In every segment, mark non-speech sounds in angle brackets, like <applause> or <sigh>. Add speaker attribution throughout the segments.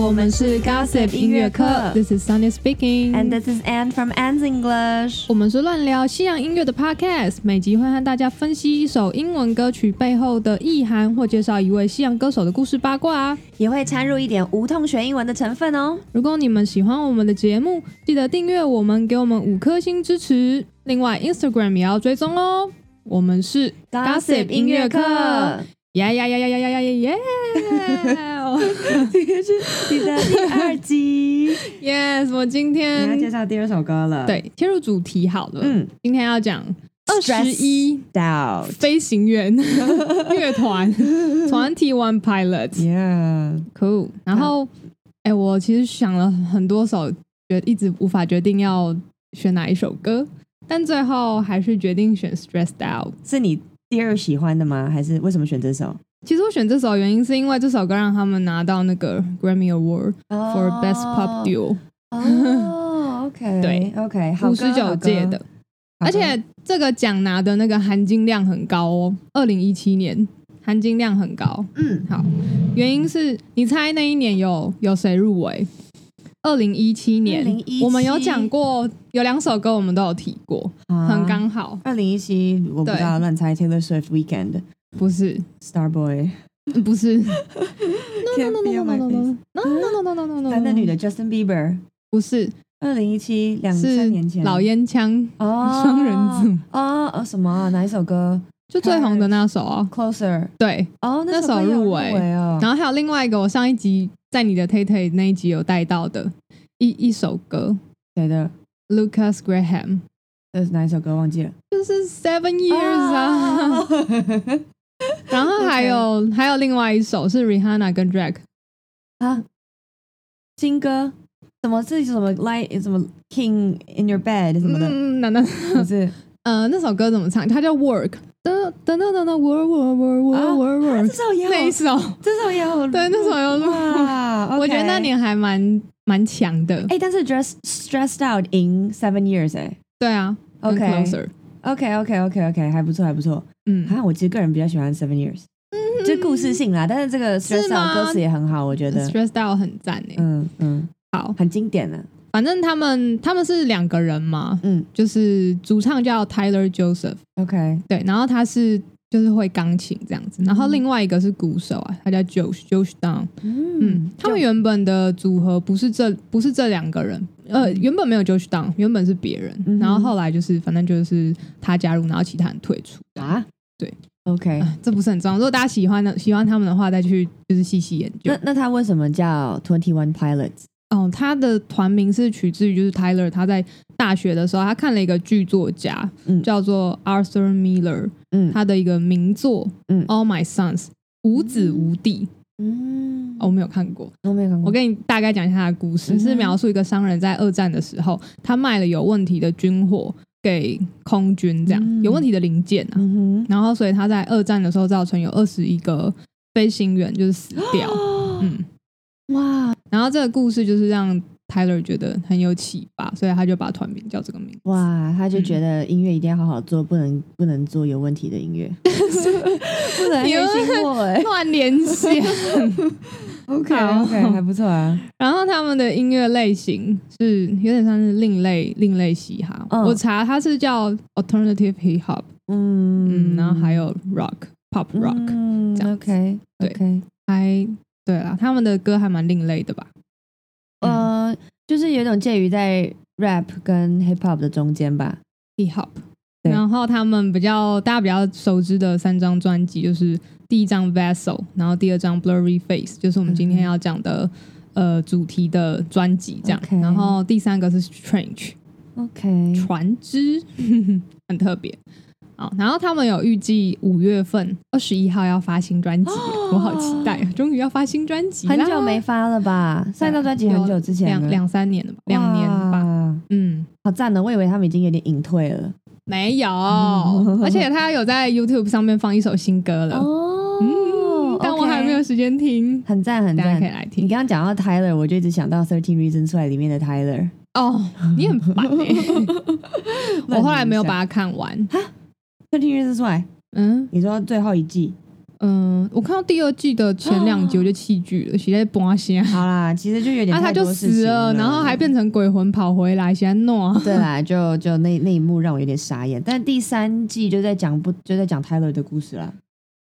Speaker 1: 我们是 Gossip 音乐课
Speaker 2: ，This is Sunny speaking。
Speaker 1: And this is Anne from Anne's English。
Speaker 2: 我们是乱聊西洋音乐的 Podcast，每集会和大家分析一首英文歌曲背后的意涵，或介绍一位西洋歌手的故事八卦啊。
Speaker 1: 也会掺入一点无痛学英文的成分哦。
Speaker 2: 如果你们喜欢我们的节目，记得订阅我们，给我们五颗星支持。另外，Instagram 也要追踪哦。我们是呀呀呀呀呀呀呀呀呀
Speaker 1: 这个是你的第二 <laughs> 集。
Speaker 2: <laughs> ！Yes，我今
Speaker 1: 你要介
Speaker 2: 天
Speaker 1: 绍第二首歌了。，
Speaker 2: 嗯对切入主题好了，
Speaker 1: 嗯
Speaker 2: 今天要讲二十
Speaker 1: Stress
Speaker 2: 一
Speaker 1: ，Doubt。
Speaker 2: 飞行
Speaker 1: <laughs>
Speaker 2: 员乐团 Twenty One Pilots。
Speaker 1: Yeah。
Speaker 2: Cool。然后，哎、我其实想了很多首，觉一直无法决定要选哪一首歌，但最后还是决定选 Stressed Out。
Speaker 1: 是你第二喜欢的吗？还是为什么选这首
Speaker 2: 其实我选这首的原因是因为这首歌让他们拿到那个 Grammy Award for Best Pop Duo，
Speaker 1: 哦，OK，
Speaker 2: <laughs> 对
Speaker 1: ，OK，好
Speaker 2: 五
Speaker 1: 歌
Speaker 2: 十九届，的，
Speaker 1: 好歌
Speaker 2: 而且这个奖拿的那个含金量很高哦，二零一七年含金量很高。
Speaker 1: 嗯，
Speaker 2: 好，原因是你猜那一年有有谁入围？二零一七年
Speaker 1: 2017，
Speaker 2: 我们有讲过，有两首歌我们都有提过，很。刚好，
Speaker 1: 二零一七，我不知道乱猜 Taylor Swift Weekend
Speaker 2: 不是，
Speaker 1: Starboy，
Speaker 2: 不是
Speaker 1: Can't
Speaker 2: ，no no
Speaker 1: feel
Speaker 2: no
Speaker 1: my
Speaker 2: no no
Speaker 1: face
Speaker 2: no no no no no no no no，
Speaker 1: 男的女的 Justin Bieber，
Speaker 2: 不是，
Speaker 1: 二零一七两
Speaker 2: 是
Speaker 1: 三年前
Speaker 2: 老烟枪，
Speaker 1: 哦
Speaker 2: 双人组
Speaker 1: 哦哦什么啊哪一首歌
Speaker 2: 就最红的那首啊，
Speaker 1: Closer
Speaker 2: 对，
Speaker 1: 哦那首
Speaker 2: 那
Speaker 1: 歌
Speaker 2: 首
Speaker 1: 有
Speaker 2: 入
Speaker 1: 入
Speaker 2: 围
Speaker 1: 围哦
Speaker 2: 然后还有另外一个，我上一集在你的 t a t a 那一集有带到的一一首歌
Speaker 1: 谁的？
Speaker 2: ，Lucas Graham，
Speaker 1: 这是哪一首歌忘记了
Speaker 2: 就是 Seven Years 啊。
Speaker 1: 哦
Speaker 2: <laughs> 然后还有还有另外一首是 Rihanna 跟 Drake，
Speaker 1: 啊，新歌什么是什么 Light 什么 King in Your Bed 什么的，
Speaker 2: 嗯，那那
Speaker 1: 不是
Speaker 2: <laughs> 呃那首歌怎么唱？它叫 Work，噔噔噔噔噔 Work Work Work
Speaker 1: 啊
Speaker 2: Work
Speaker 1: 啊
Speaker 2: Work
Speaker 1: 这首也有
Speaker 2: 嗯那一首，
Speaker 1: 这首也有，
Speaker 2: 对那首有录
Speaker 1: 哇，
Speaker 2: 我觉得那
Speaker 1: OK
Speaker 2: 年还蛮蛮强的。
Speaker 1: 哎，但是 Dress Stressed Out in Seven Years 哎
Speaker 2: 对啊跟
Speaker 1: ，OK
Speaker 2: ，Closer，
Speaker 1: OK OK OK OK 还不错还不错
Speaker 2: 嗯，
Speaker 1: 啊，我其实个人比较喜欢 Seven Years，就故事性啦，但是这个 Stressed
Speaker 2: 是吗
Speaker 1: Out 歌词也很好，我觉得，
Speaker 2: Stressed Out 很赞诶。
Speaker 1: 嗯嗯，
Speaker 2: 好，
Speaker 1: 很经典的，
Speaker 2: 反正他们他们是两个人嘛，
Speaker 1: 嗯
Speaker 2: 就是主唱叫 Tyler Joseph，
Speaker 1: ，OK
Speaker 2: 对，然后他是就是会钢琴这样子，然后
Speaker 1: 嗯
Speaker 2: 另外一个是鼓手啊，他叫 Josh Josh Down。嗯
Speaker 1: 嗯，，
Speaker 2: 他们原本的组合不是这不是这两个人，呃，原本没有 Josh Down，原本是别人，
Speaker 1: 嗯嗯哼
Speaker 2: 然后后来就是反正就是他加入，然后其他人退出。
Speaker 1: 啊，
Speaker 2: 对
Speaker 1: ，OK，
Speaker 2: 啊这不是很重要。如果大家喜欢的喜欢他们的话，再去就是细细研究
Speaker 1: 那。那他为什么叫 Twenty One Pilots？
Speaker 2: 哦，他的团名是取自于就是 Tyler，他在大学的时候，他看了一个剧作家、
Speaker 1: 嗯
Speaker 2: 叫做 Arthur Miller，
Speaker 1: 嗯
Speaker 2: 他的一个名作
Speaker 1: 嗯
Speaker 2: 《All My Sons》，无子无弟。
Speaker 1: 嗯
Speaker 2: 哦，我没有看过。
Speaker 1: 我没有看
Speaker 2: 我
Speaker 1: 过。
Speaker 2: 跟你大概讲一下他的故事，
Speaker 1: 嗯哼
Speaker 2: 是描述一个商人在二战的时候，他卖了有问题的军火给空军，这样、
Speaker 1: 嗯
Speaker 2: 有问题的零件啊，
Speaker 1: 嗯
Speaker 2: 然后所以他在二战的时候造成有二十一个飞行员就是死掉，
Speaker 1: 哼，
Speaker 2: 嗯，
Speaker 1: 哇
Speaker 2: 然后这个故事就是让 Tyler 觉得很有启发，所以他就把团名叫这个名字。
Speaker 1: 哇，他就
Speaker 2: 嗯
Speaker 1: 觉得音乐一定要好好做，不能不能做有问题的音
Speaker 2: <laughs>
Speaker 1: 乐，不能
Speaker 2: 有
Speaker 1: 黑心
Speaker 2: <laughs>
Speaker 1: 我哎。
Speaker 2: 乱联想，
Speaker 1: OK
Speaker 2: 好
Speaker 1: OK，还不错啊。
Speaker 2: 然后他们的音乐类型是有点像是另类另类嘻哈，
Speaker 1: 嗯
Speaker 2: 我查它是叫 alternative hip hop，
Speaker 1: 嗯
Speaker 2: 嗯，然后还有 rock、pop rock，、
Speaker 1: 嗯
Speaker 2: 这样子
Speaker 1: OK
Speaker 2: 对
Speaker 1: OK，
Speaker 2: 还对啦，他们的歌还蛮另类的吧？嗯
Speaker 1: 呃，就是有一种介于在 rap 跟 hip hop 的中间吧。
Speaker 2: ，hip hop。
Speaker 1: 对
Speaker 2: 然后他们比较大家比较熟知的三张专辑，就是第一张 Vessel，然后第二张 Blurry Face，就是我
Speaker 1: 嗯
Speaker 2: 们今天要讲的、呃主题的专辑这样。
Speaker 1: OK
Speaker 2: 然后第三个是 Strange
Speaker 1: OK，
Speaker 2: 船只， <laughs> 很特别。好，然后他们有预计五月份二十一号要发新
Speaker 1: <gasps>
Speaker 2: 专辑，我好期待啊！终于要发新专辑啦，啊
Speaker 1: 很久没发了吧？上一张专辑很久之前
Speaker 2: 两
Speaker 1: 了，
Speaker 2: 两三年了吧，两年吧。
Speaker 1: 哇，
Speaker 2: 嗯，
Speaker 1: 好赞哦呢！我以为他们已经有点隐退了。<laughs>
Speaker 2: 没有，而且他有在 YouTube 上面放一首新歌了，
Speaker 1: 哦
Speaker 2: 嗯，但我还没有时间听，
Speaker 1: 很赞很
Speaker 2: 大家
Speaker 1: 赞
Speaker 2: 可以。来
Speaker 1: 你
Speaker 2: 听。
Speaker 1: 刚刚讲到 Tyler，我就一直想到《Thirteen Reasons Why》里面的 Tyler。
Speaker 2: 哦，你很烦
Speaker 1: <laughs>
Speaker 2: 哎，我后来没有把它看完，
Speaker 1: 《Thirteen Reasons Why》，
Speaker 2: 嗯，
Speaker 1: 你说最后一季
Speaker 2: 嗯，我看到第二季的前两
Speaker 1: 哦
Speaker 2: 集我就弃剧了，实在不花心。
Speaker 1: 好啦，其实就有点
Speaker 2: 啊那他
Speaker 1: 太多
Speaker 2: 就
Speaker 1: 事情
Speaker 2: 死了，然后还变成鬼魂跑回
Speaker 1: <laughs>
Speaker 2: 来，现在弄 <laughs> 啊。
Speaker 1: 对啦，就就那那一幕让我有点傻眼。但第三季就在讲不就在讲 Tyler 的故事啦。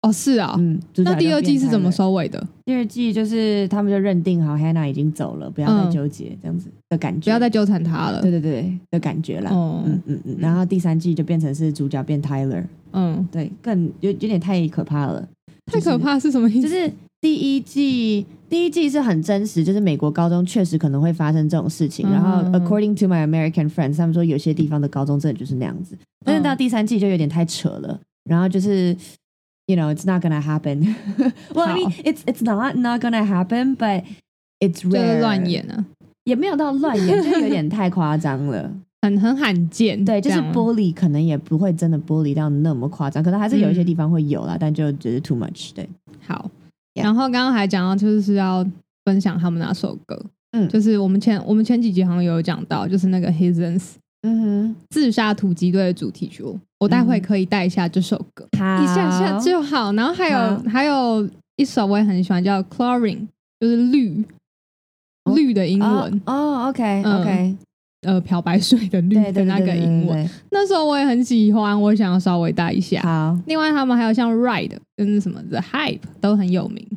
Speaker 2: 哦，是啊。
Speaker 1: 嗯，主角
Speaker 2: 那
Speaker 1: 就
Speaker 2: 第二季
Speaker 1: 变
Speaker 2: 是怎么
Speaker 1: Tyler？
Speaker 2: 收尾的？
Speaker 1: 第二季就是他们就认定好 Hannah 已经走了，不要再
Speaker 2: 嗯
Speaker 1: 纠结、这样子的感觉。
Speaker 2: 不要再纠缠他了
Speaker 1: 对。对对的感觉啦。
Speaker 2: 哦，
Speaker 1: 嗯嗯嗯。然后第三季就变成是主角变 Tyler，
Speaker 2: 嗯，
Speaker 1: 对，更有有点太可怕了。
Speaker 2: 太可怕是什么意
Speaker 1: 就
Speaker 2: 思？
Speaker 1: 是第一季，第一季是很真实，就是美国高中确实可能会发生这种事情。
Speaker 2: 嗯
Speaker 1: 然后，according to my American friends，他们说有些地方的高中真的就是那样子。但是到第三季就有点太扯了，然后就是。You know, it's not gonna happen. <laughs> well, I mean,
Speaker 2: 好
Speaker 1: it's it's not not gonna happen, but it's
Speaker 2: 就
Speaker 1: rare.
Speaker 2: 是乱，演啊，
Speaker 1: 也没有到乱演，就有点太夸张
Speaker 2: <laughs>
Speaker 1: 了。
Speaker 2: 很很罕见。
Speaker 1: 对，就是
Speaker 2: 这样啊
Speaker 1: bully 可能也不会真的 bully 到那么夸张，可能还是有一些地方会有啦，但就只是 too much。对，
Speaker 2: 好。
Speaker 1: Yeah
Speaker 2: 然后刚刚还讲到，就是要分享他们哪首歌。
Speaker 1: 嗯
Speaker 2: 就是我们前我们前几集好像有讲到，就是那个 Hisens
Speaker 1: 嗯
Speaker 2: 自杀突击队的主题曲，我我待会可以带一下这首歌，
Speaker 1: 哼，好，
Speaker 2: 一下
Speaker 1: 啊
Speaker 2: 下就好。然后还有
Speaker 1: 好
Speaker 2: 还有一首我也很喜欢，叫 Chlorine，就是绿、
Speaker 1: 哦
Speaker 2: 绿的英文，
Speaker 1: 哦、o k
Speaker 2: 嗯
Speaker 1: OK，、
Speaker 2: 呃，漂白水的绿
Speaker 1: 对
Speaker 2: 的
Speaker 1: 对
Speaker 2: 那个英文。
Speaker 1: 文，
Speaker 2: 那时候我也很喜欢，我想要稍微带一下。
Speaker 1: 好，
Speaker 2: 另外，他们还有像 Ride 跟什么 The Hype 都很有名。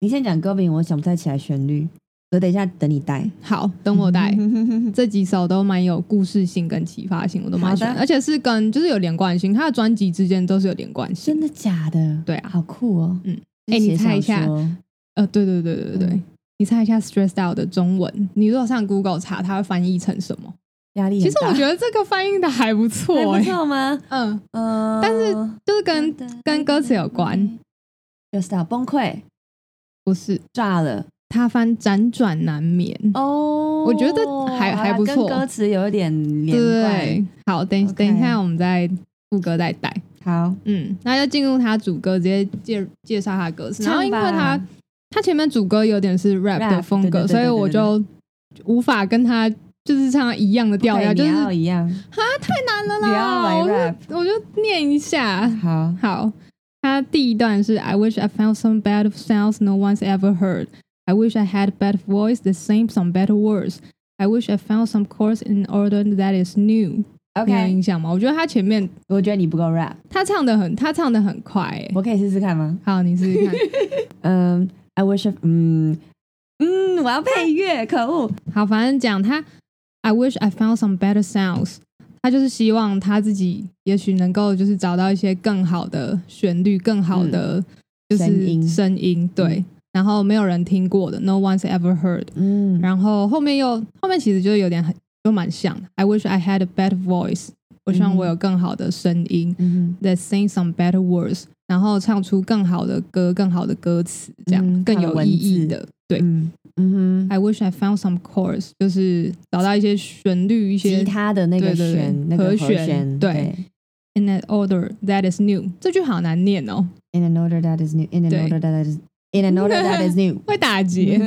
Speaker 1: 你先讲歌名，我想不太起来旋律，我等一下等你带，
Speaker 2: 好，等我带、
Speaker 1: 嗯
Speaker 2: 这几首都蛮有故事性跟启发性，我都蛮喜欢，
Speaker 1: 好的
Speaker 2: 而且是跟就是有连贯性，他的专辑之间都是有连贯性
Speaker 1: 真。的假的？
Speaker 2: 对啊
Speaker 1: 好酷哦，
Speaker 2: 嗯
Speaker 1: 这是
Speaker 2: 哎你
Speaker 1: 写小
Speaker 2: 猜一下
Speaker 1: 说
Speaker 2: 呃，对对对对对对，
Speaker 1: 嗯
Speaker 2: 你猜一下 stressed out 的中文，你如果上 Google 查，它会翻译成什么？
Speaker 1: 压力
Speaker 2: 其
Speaker 1: 很
Speaker 2: 实
Speaker 1: 大，
Speaker 2: 我觉得这个翻译的还不错、
Speaker 1: 还
Speaker 2: 欸，
Speaker 1: 不错吗？
Speaker 2: 嗯，
Speaker 1: 嗯、
Speaker 2: <laughs> 但是就是跟
Speaker 1: 跟
Speaker 2: 跟歌词有关，
Speaker 1: 就是啊，崩溃
Speaker 2: 不是，
Speaker 1: 炸了
Speaker 2: 它翻辗转难眠。
Speaker 1: 哦，
Speaker 2: 我觉得还
Speaker 1: 好啦
Speaker 2: 还不
Speaker 1: 跟
Speaker 2: 错
Speaker 1: 歌词有一点连贯
Speaker 2: 对，，好，等
Speaker 1: OK
Speaker 2: 等一下，我们再副歌再带。
Speaker 1: 好，
Speaker 2: 嗯，那就进入他主歌，直接介介绍他的歌词。然后因为
Speaker 1: 唱吧
Speaker 2: 他他前面主歌有点是 rap
Speaker 1: Rap，
Speaker 2: 的风格，
Speaker 1: 对对对
Speaker 2: 所以
Speaker 1: 对对
Speaker 2: 我就无法跟他就是唱一样的调
Speaker 1: 对
Speaker 2: 调，就
Speaker 1: 你
Speaker 2: 是
Speaker 1: 要一样，
Speaker 2: 难了
Speaker 1: 不要
Speaker 2: 啦，
Speaker 1: 来
Speaker 2: 我就
Speaker 1: rap
Speaker 2: 我就念一下。
Speaker 1: 好，
Speaker 2: 好，他第一段是 I wish I found some bad sounds no one's ever heard. I wish I had a bad voice that sang some better words. I wish I found some chords in order that is new. 你有
Speaker 1: OK，
Speaker 2: 印象吗？我觉得他前面
Speaker 1: 我觉得你不够 rap，
Speaker 2: 他唱的很，他唱的很快、欸。
Speaker 1: 我可以试试看吗？
Speaker 2: 好，你试试看。
Speaker 1: 嗯，I wish，I- 嗯嗯，我要配乐，可恶。
Speaker 2: 好，反正讲他，I wish I found some better sounds。他就是希望他自己也许能够就是找到一些更好的旋律，更好的就是
Speaker 1: 嗯声音
Speaker 2: 声音对。然后没有人听过的，No one's ever heard。
Speaker 1: 嗯，
Speaker 2: 然后后面又后面其实就有点很就蛮像的，I wish I had a better voice。我希望我有更好的声音、
Speaker 1: 嗯
Speaker 2: t h a t sing some better words，然后唱出更好的歌、更好的歌词，这样、
Speaker 1: 嗯
Speaker 2: 更
Speaker 1: 它的
Speaker 2: 有
Speaker 1: 文
Speaker 2: 意义
Speaker 1: 字
Speaker 2: 的。对，
Speaker 1: 嗯嗯哼，
Speaker 2: I wish I found some chords，就是找到一些旋律，一些
Speaker 1: 吉他的那个
Speaker 2: 对对对
Speaker 1: 弦，那个
Speaker 2: 和
Speaker 1: 和
Speaker 2: 弦
Speaker 1: 弦，
Speaker 2: 对
Speaker 1: 对。
Speaker 2: in an order that is new。这句好难念哦，
Speaker 1: In an order that is new. In an
Speaker 2: 对
Speaker 1: order that is. In an order that is new.
Speaker 2: 会
Speaker 1: <laughs>
Speaker 2: 打结。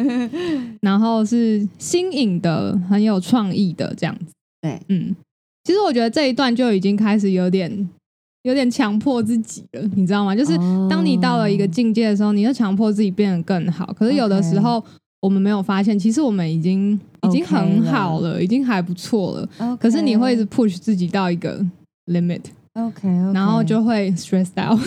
Speaker 2: 然后是新颖的，很有创意的这样子。
Speaker 1: 对，
Speaker 2: 嗯，其实我觉得这一段就已经开始有点有点强迫自己了，你知道吗？ <laughs> 就是
Speaker 1: 哦
Speaker 2: 当你到了一个境界的时候，你就强迫自己变得更好。可是有的
Speaker 1: OK
Speaker 2: 时候我们没有发现，其实我们已经已经
Speaker 1: OK
Speaker 2: 很好了，已经还不错了。
Speaker 1: OK，
Speaker 2: 可是你会一直 push 自己到一个 limit，
Speaker 1: 嗯 OK，, o k
Speaker 2: 然后就会 stress out，，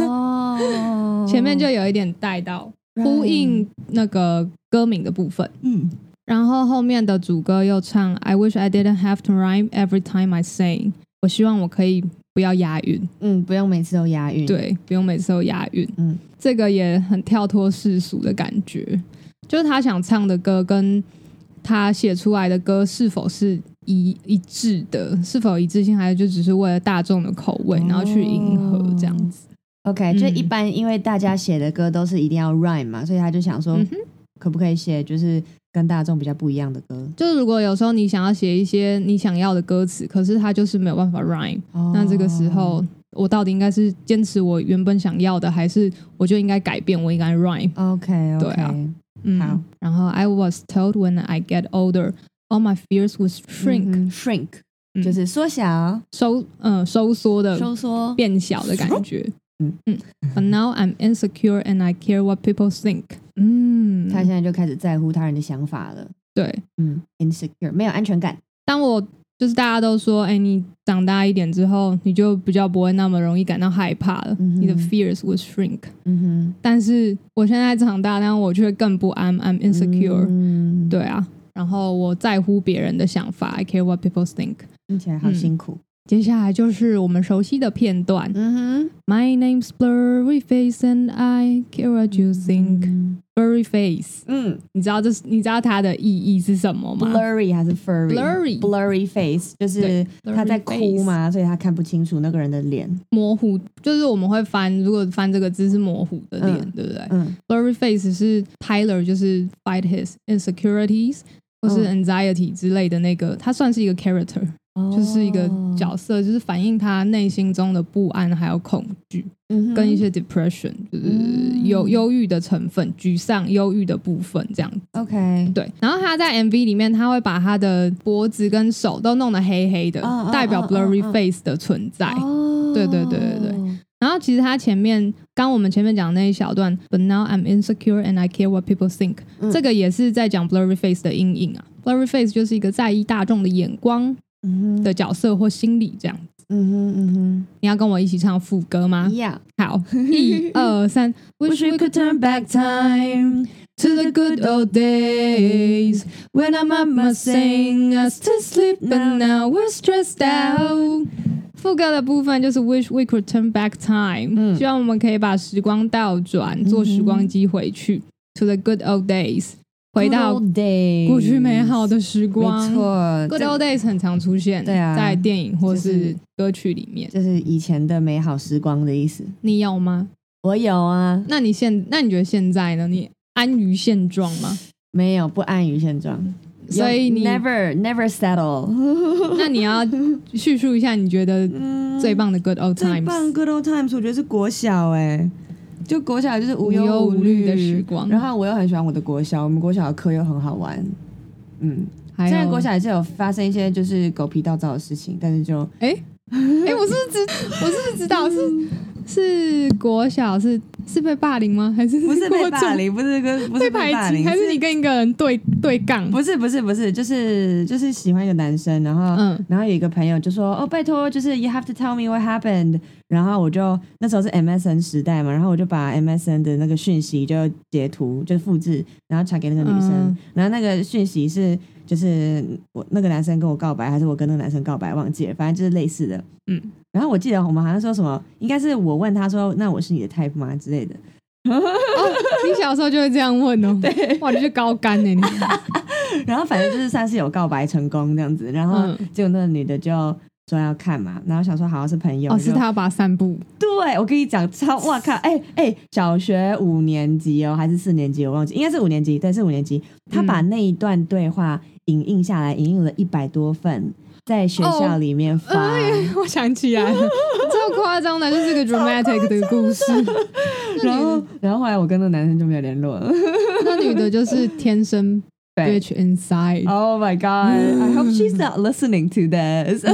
Speaker 1: 哦
Speaker 2: <laughs> 前面就有一点带到
Speaker 1: Right
Speaker 2: 呼应那个歌名的部分，
Speaker 1: 嗯
Speaker 2: 然后后面的主歌又唱 I wish I didn't have to rhyme every time I sing，我希望我可以不要押韵，
Speaker 1: 嗯，不用每次都押韵。，
Speaker 2: 对，不用每次都押韵，
Speaker 1: 嗯，
Speaker 2: 这个也很跳脱世俗的感觉，就是他想唱的歌跟他写出来的歌是否是一一致的，是否一致性，还是就只是为了大众的口
Speaker 1: 哦
Speaker 2: 味，然后去迎合这样子？
Speaker 1: OK，就
Speaker 2: 嗯
Speaker 1: 一般因为大家写的歌都是一定要 rhyme 嘛，所以他就想说
Speaker 2: 嗯，哼，
Speaker 1: 可不可以写就是跟大众比较不一样的歌？
Speaker 2: 就是如果有时候你想要写一些你想要的歌词，可是它就是没有办法 rhyme，、
Speaker 1: 哦
Speaker 2: 那这个时候我到底应该是坚持我原本想要的，还是我就应该改变，我应该 rhyme？
Speaker 1: ，OK，
Speaker 2: 对啊嗯，
Speaker 1: 好。
Speaker 2: 然后 Mm-hmm. I was told when I get older, all my fears would shrink，、
Speaker 1: Mm-hmm. 嗯 shrink
Speaker 2: 嗯
Speaker 1: 就是缩小、
Speaker 2: 收嗯、呃、收缩的
Speaker 1: 收缩，
Speaker 2: 变小的感觉。 But now I'm insecure and I care what people think。嗯，
Speaker 1: Mm. 他现在就开始在乎他人的想法了。
Speaker 2: 对，
Speaker 1: 嗯，insecure 没有安全感，
Speaker 2: 当我就是大家都说，哎、你长大一点之后，你就比较不会那么容易感到害怕了，
Speaker 1: 嗯哼
Speaker 2: 你的 fears would shrink。
Speaker 1: 嗯
Speaker 2: 但是我现在长大，但我却更不安
Speaker 1: 哼
Speaker 2: ，I'm insecure、
Speaker 1: 嗯，，
Speaker 2: 对啊，然后我在乎别人的想法，I care what people think。
Speaker 1: 听起来好
Speaker 2: 嗯
Speaker 1: 辛苦，
Speaker 2: 接下来就是我们熟悉的片段
Speaker 1: 嗯哼，
Speaker 2: ：My name's blurry face and I care what you think。Blurry face，
Speaker 1: 嗯
Speaker 2: 你知道这是你知道它的意义是什么吗？
Speaker 1: ，blurry 还是 furry？blurry
Speaker 2: Blurry
Speaker 1: blurry face 就是
Speaker 2: 对
Speaker 1: 他在
Speaker 2: blurry
Speaker 1: 哭
Speaker 2: face
Speaker 1: 嘛，所以他看不清楚那个人的脸，
Speaker 2: 模糊，就是我们会翻，如果翻这个字是模糊的脸，
Speaker 1: 嗯
Speaker 2: 对不对
Speaker 1: 嗯
Speaker 2: ？Blurry face 是 Tyler 就是 fight his insecurities 或是
Speaker 1: 嗯
Speaker 2: anxiety 之类的那个，他算是一个 character，、就是哦一个
Speaker 1: 哦
Speaker 2: 角色，就是反映他内心中的不安还有恐惧，跟一
Speaker 1: 些
Speaker 2: 些 depression 就是
Speaker 1: 嗯
Speaker 2: 有忧郁的成分、沮丧、忧郁的部分这样
Speaker 1: OK，
Speaker 2: 对，然后他在 MV 里面，他会把他的脖子跟手都弄得黑黑的，
Speaker 1: 嗯嗯
Speaker 2: 代表
Speaker 1: 嗯嗯
Speaker 2: blurry
Speaker 1: 嗯
Speaker 2: face 的存在。
Speaker 1: 哦
Speaker 2: 对对对对对，然后其实他前面刚我们前面讲的那一小段，But now I'm insecure and I care what people think，、
Speaker 1: 嗯
Speaker 2: 这个也是在讲 blurry face 的阴影啊。blurry face 就是一个在意大众的眼光
Speaker 1: 嗯哼，
Speaker 2: 的角色或心理这样。
Speaker 1: 嗯哼嗯
Speaker 2: 你要跟我一起唱副歌吗
Speaker 1: 哼？，Yeah。
Speaker 2: 好，一二
Speaker 1: <laughs>
Speaker 2: 三
Speaker 1: Wish we could turn back time
Speaker 2: to the good old days when our mama sang us to sleep, and now we're stressed out. 副歌的部分就是 Wish we could turn back time，、
Speaker 1: 嗯
Speaker 2: 希望我们可以把时光倒转，坐时光机回去、to the good old days，回到
Speaker 1: Good old days
Speaker 2: 过去美好的时光。
Speaker 1: 没错
Speaker 2: Good
Speaker 1: 这
Speaker 2: old days 很常出现，
Speaker 1: 对啊
Speaker 2: 在电影或
Speaker 1: 就是
Speaker 2: 是歌曲里面。
Speaker 1: 就是以前的美好时光的意思。
Speaker 2: 你有吗？
Speaker 1: 我有啊，
Speaker 2: 那你现那你觉得现在呢？你安于现状 <laughs> 吗？
Speaker 1: 没有不安于现状，
Speaker 2: 所以你
Speaker 1: never never settle。
Speaker 2: 那你要叙述一下你觉得最棒的 Good Old
Speaker 1: 最
Speaker 2: Times，
Speaker 1: 棒 Good Old Times，我觉得是国小哎、就国小就是无
Speaker 2: 无忧
Speaker 1: 忧
Speaker 2: 无
Speaker 1: 虑
Speaker 2: 虑的时光
Speaker 1: 然后我又很喜欢我的国小，我们国小的课又很好玩。嗯，
Speaker 2: 还
Speaker 1: 虽
Speaker 2: 有
Speaker 1: 然国小也是有发生一些就是狗皮倒灶的事情，但是就
Speaker 2: 哎哎、诶我是不是知我是不是知道是
Speaker 1: 嗯
Speaker 2: 是国小是是被霸凌吗？还是
Speaker 1: <laughs> 不是被
Speaker 2: 国中
Speaker 1: 霸凌，不是跟不是被
Speaker 2: 被
Speaker 1: 霸
Speaker 2: 排
Speaker 1: 凌，
Speaker 2: 挤，还是你跟一个人对对杠？
Speaker 1: 不是不是不是，就是就是喜欢一个男生，然后、
Speaker 2: 嗯
Speaker 1: 然后有一个朋友就说哦拜托，就是 you have to tell me what happened，然后我就那时候是 MSN 时代嘛，然后我就把 MSN 的那个讯息就截图就复制，然后传给那个女生，
Speaker 2: 嗯
Speaker 1: 然后那个讯息是就是我那个男生跟我告白，还是我跟那个男生告白忘记了，反正就是类似的，
Speaker 2: 嗯。
Speaker 1: 然后我记得我们好像说什么，应该是我问他说那我是你的 type 吗之类的，
Speaker 2: 你小时候就会这样问
Speaker 1: <laughs>
Speaker 2: 哦、哇，你就高干哎、你
Speaker 1: 然后反正就是算是有告白成功这样子，然后
Speaker 2: 嗯
Speaker 1: 结果那个女的就说要看嘛，然后想说好像是朋友，
Speaker 2: 哦，
Speaker 1: 我就是
Speaker 2: 他要把它
Speaker 1: <laughs>
Speaker 2: 散步，
Speaker 1: 对我跟你讲超哇靠，哎、哎、小学五年级哦还是四年级我忘记，应该是五年级，对是五年级，他把那一段对话影印下来，影印了一百多份，在学校里面发。
Speaker 2: 哎， <laughs> 我想起来了，超夸张的，就是个 dramatic 的故事。 <laughs>
Speaker 1: 然后，然后后来我跟那个男生就没有联络了。
Speaker 2: 那女的就是天生
Speaker 1: 对
Speaker 2: bitch inside，、
Speaker 1: ，Oh my God，I hope she's not listening to this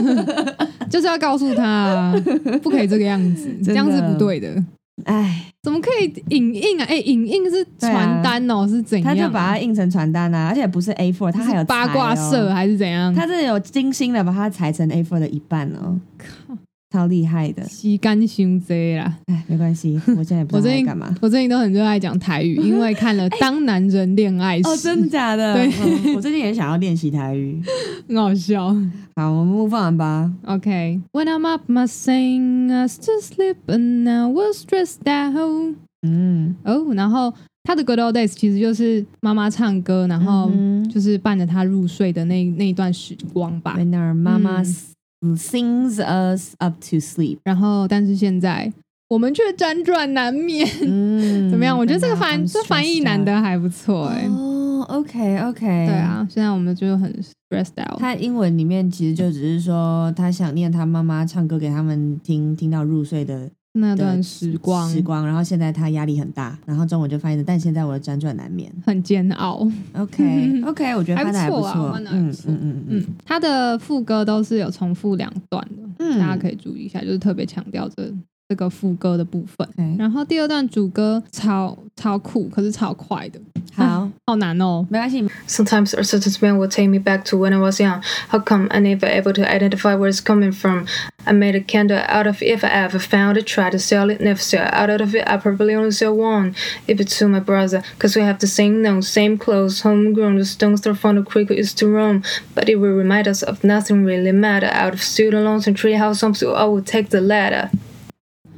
Speaker 2: 就是要告诉她、啊，不可以这个样
Speaker 1: <laughs>
Speaker 2: 子，
Speaker 1: 的
Speaker 2: 这样是不对的。
Speaker 1: 哎，
Speaker 2: 怎么可以影印啊？哎、影印是传单哦、是怎样
Speaker 1: 他
Speaker 2: 啊？
Speaker 1: 就把它印成传单啊，而且不是 A4，他还有
Speaker 2: 是八
Speaker 1: 裁
Speaker 2: 卦
Speaker 1: 哦
Speaker 2: 社啊还是怎样？
Speaker 1: 他真的有精心的把它裁成 A4 的一半哦，
Speaker 2: 靠，
Speaker 1: 超厉害的。
Speaker 2: 吸干胸贼啦！
Speaker 1: 哎，没关系，我现在也不
Speaker 2: 我
Speaker 1: 知道
Speaker 2: 最
Speaker 1: 在
Speaker 2: 近
Speaker 1: 干嘛。
Speaker 2: 我最近都很热爱讲台
Speaker 1: <laughs>
Speaker 2: 语，因为看了《当男人恋爱时》
Speaker 1: 哦，真的假的？
Speaker 2: 对
Speaker 1: 嗯我最近也想要练习台语。
Speaker 2: 很好笑。
Speaker 1: 好，我们 move on 吧。
Speaker 2: OK, when I'm up, my sing us to sleep, and I will stress down.
Speaker 1: 嗯，
Speaker 2: 哦，然后他的 Good Old Days 其实就是妈妈唱歌，然后
Speaker 1: 嗯哼
Speaker 2: 就是伴着他入睡的那那一段时光吧。
Speaker 1: When our mama
Speaker 2: 嗯
Speaker 1: s- sings us up to sleep，
Speaker 2: 然后，但是现在我们却辗转难眠，
Speaker 1: 嗯，
Speaker 2: <laughs> 怎么样？我觉得这个翻
Speaker 1: I'm
Speaker 2: 这翻译
Speaker 1: stressed
Speaker 2: 男
Speaker 1: out
Speaker 2: 的还不错哎、
Speaker 1: 哦，OK OK，
Speaker 2: 对，啊，现在我们就很 stressed out。
Speaker 1: 他英文里面其实就只是说他想念他妈妈唱歌给他们听，听到入睡的
Speaker 2: 那段时光
Speaker 1: 时光，然后现在他压力很大，然后中文就翻译的，但现在我的辗转难
Speaker 2: <laughs>
Speaker 1: 眠。
Speaker 2: 很煎熬。
Speaker 1: OK OK，我觉得
Speaker 2: 还
Speaker 1: 翻
Speaker 2: 不
Speaker 1: 的还不
Speaker 2: 错啊
Speaker 1: 错
Speaker 2: 翻，得还
Speaker 1: 嗯
Speaker 2: 不错
Speaker 1: 嗯嗯
Speaker 2: 嗯
Speaker 1: 嗯，
Speaker 2: 他的副歌都是有重复两段的，
Speaker 1: 嗯
Speaker 2: 大家可以注意一下，就是特别强调这这个副歌的部分。
Speaker 1: OK，
Speaker 2: 然后第二段主歌超超酷，可是超快的， <laughs>
Speaker 1: 好，
Speaker 2: 好难哦。
Speaker 1: 没关系，
Speaker 3: Sometimes our sentence man will take me back to when I was young. How come I never able to identify where it's coming from? I made a candle out of it if I ever found it, tried to sell it, never sell out of it. I probably only sell one. If it's to my brother, cause we have the same nose, same clothes, homegrown, the stones they're from the creek we used to roam. But it will remind us of nothing really matter. Out of student loans and treehouse homes, we all will take the ladder.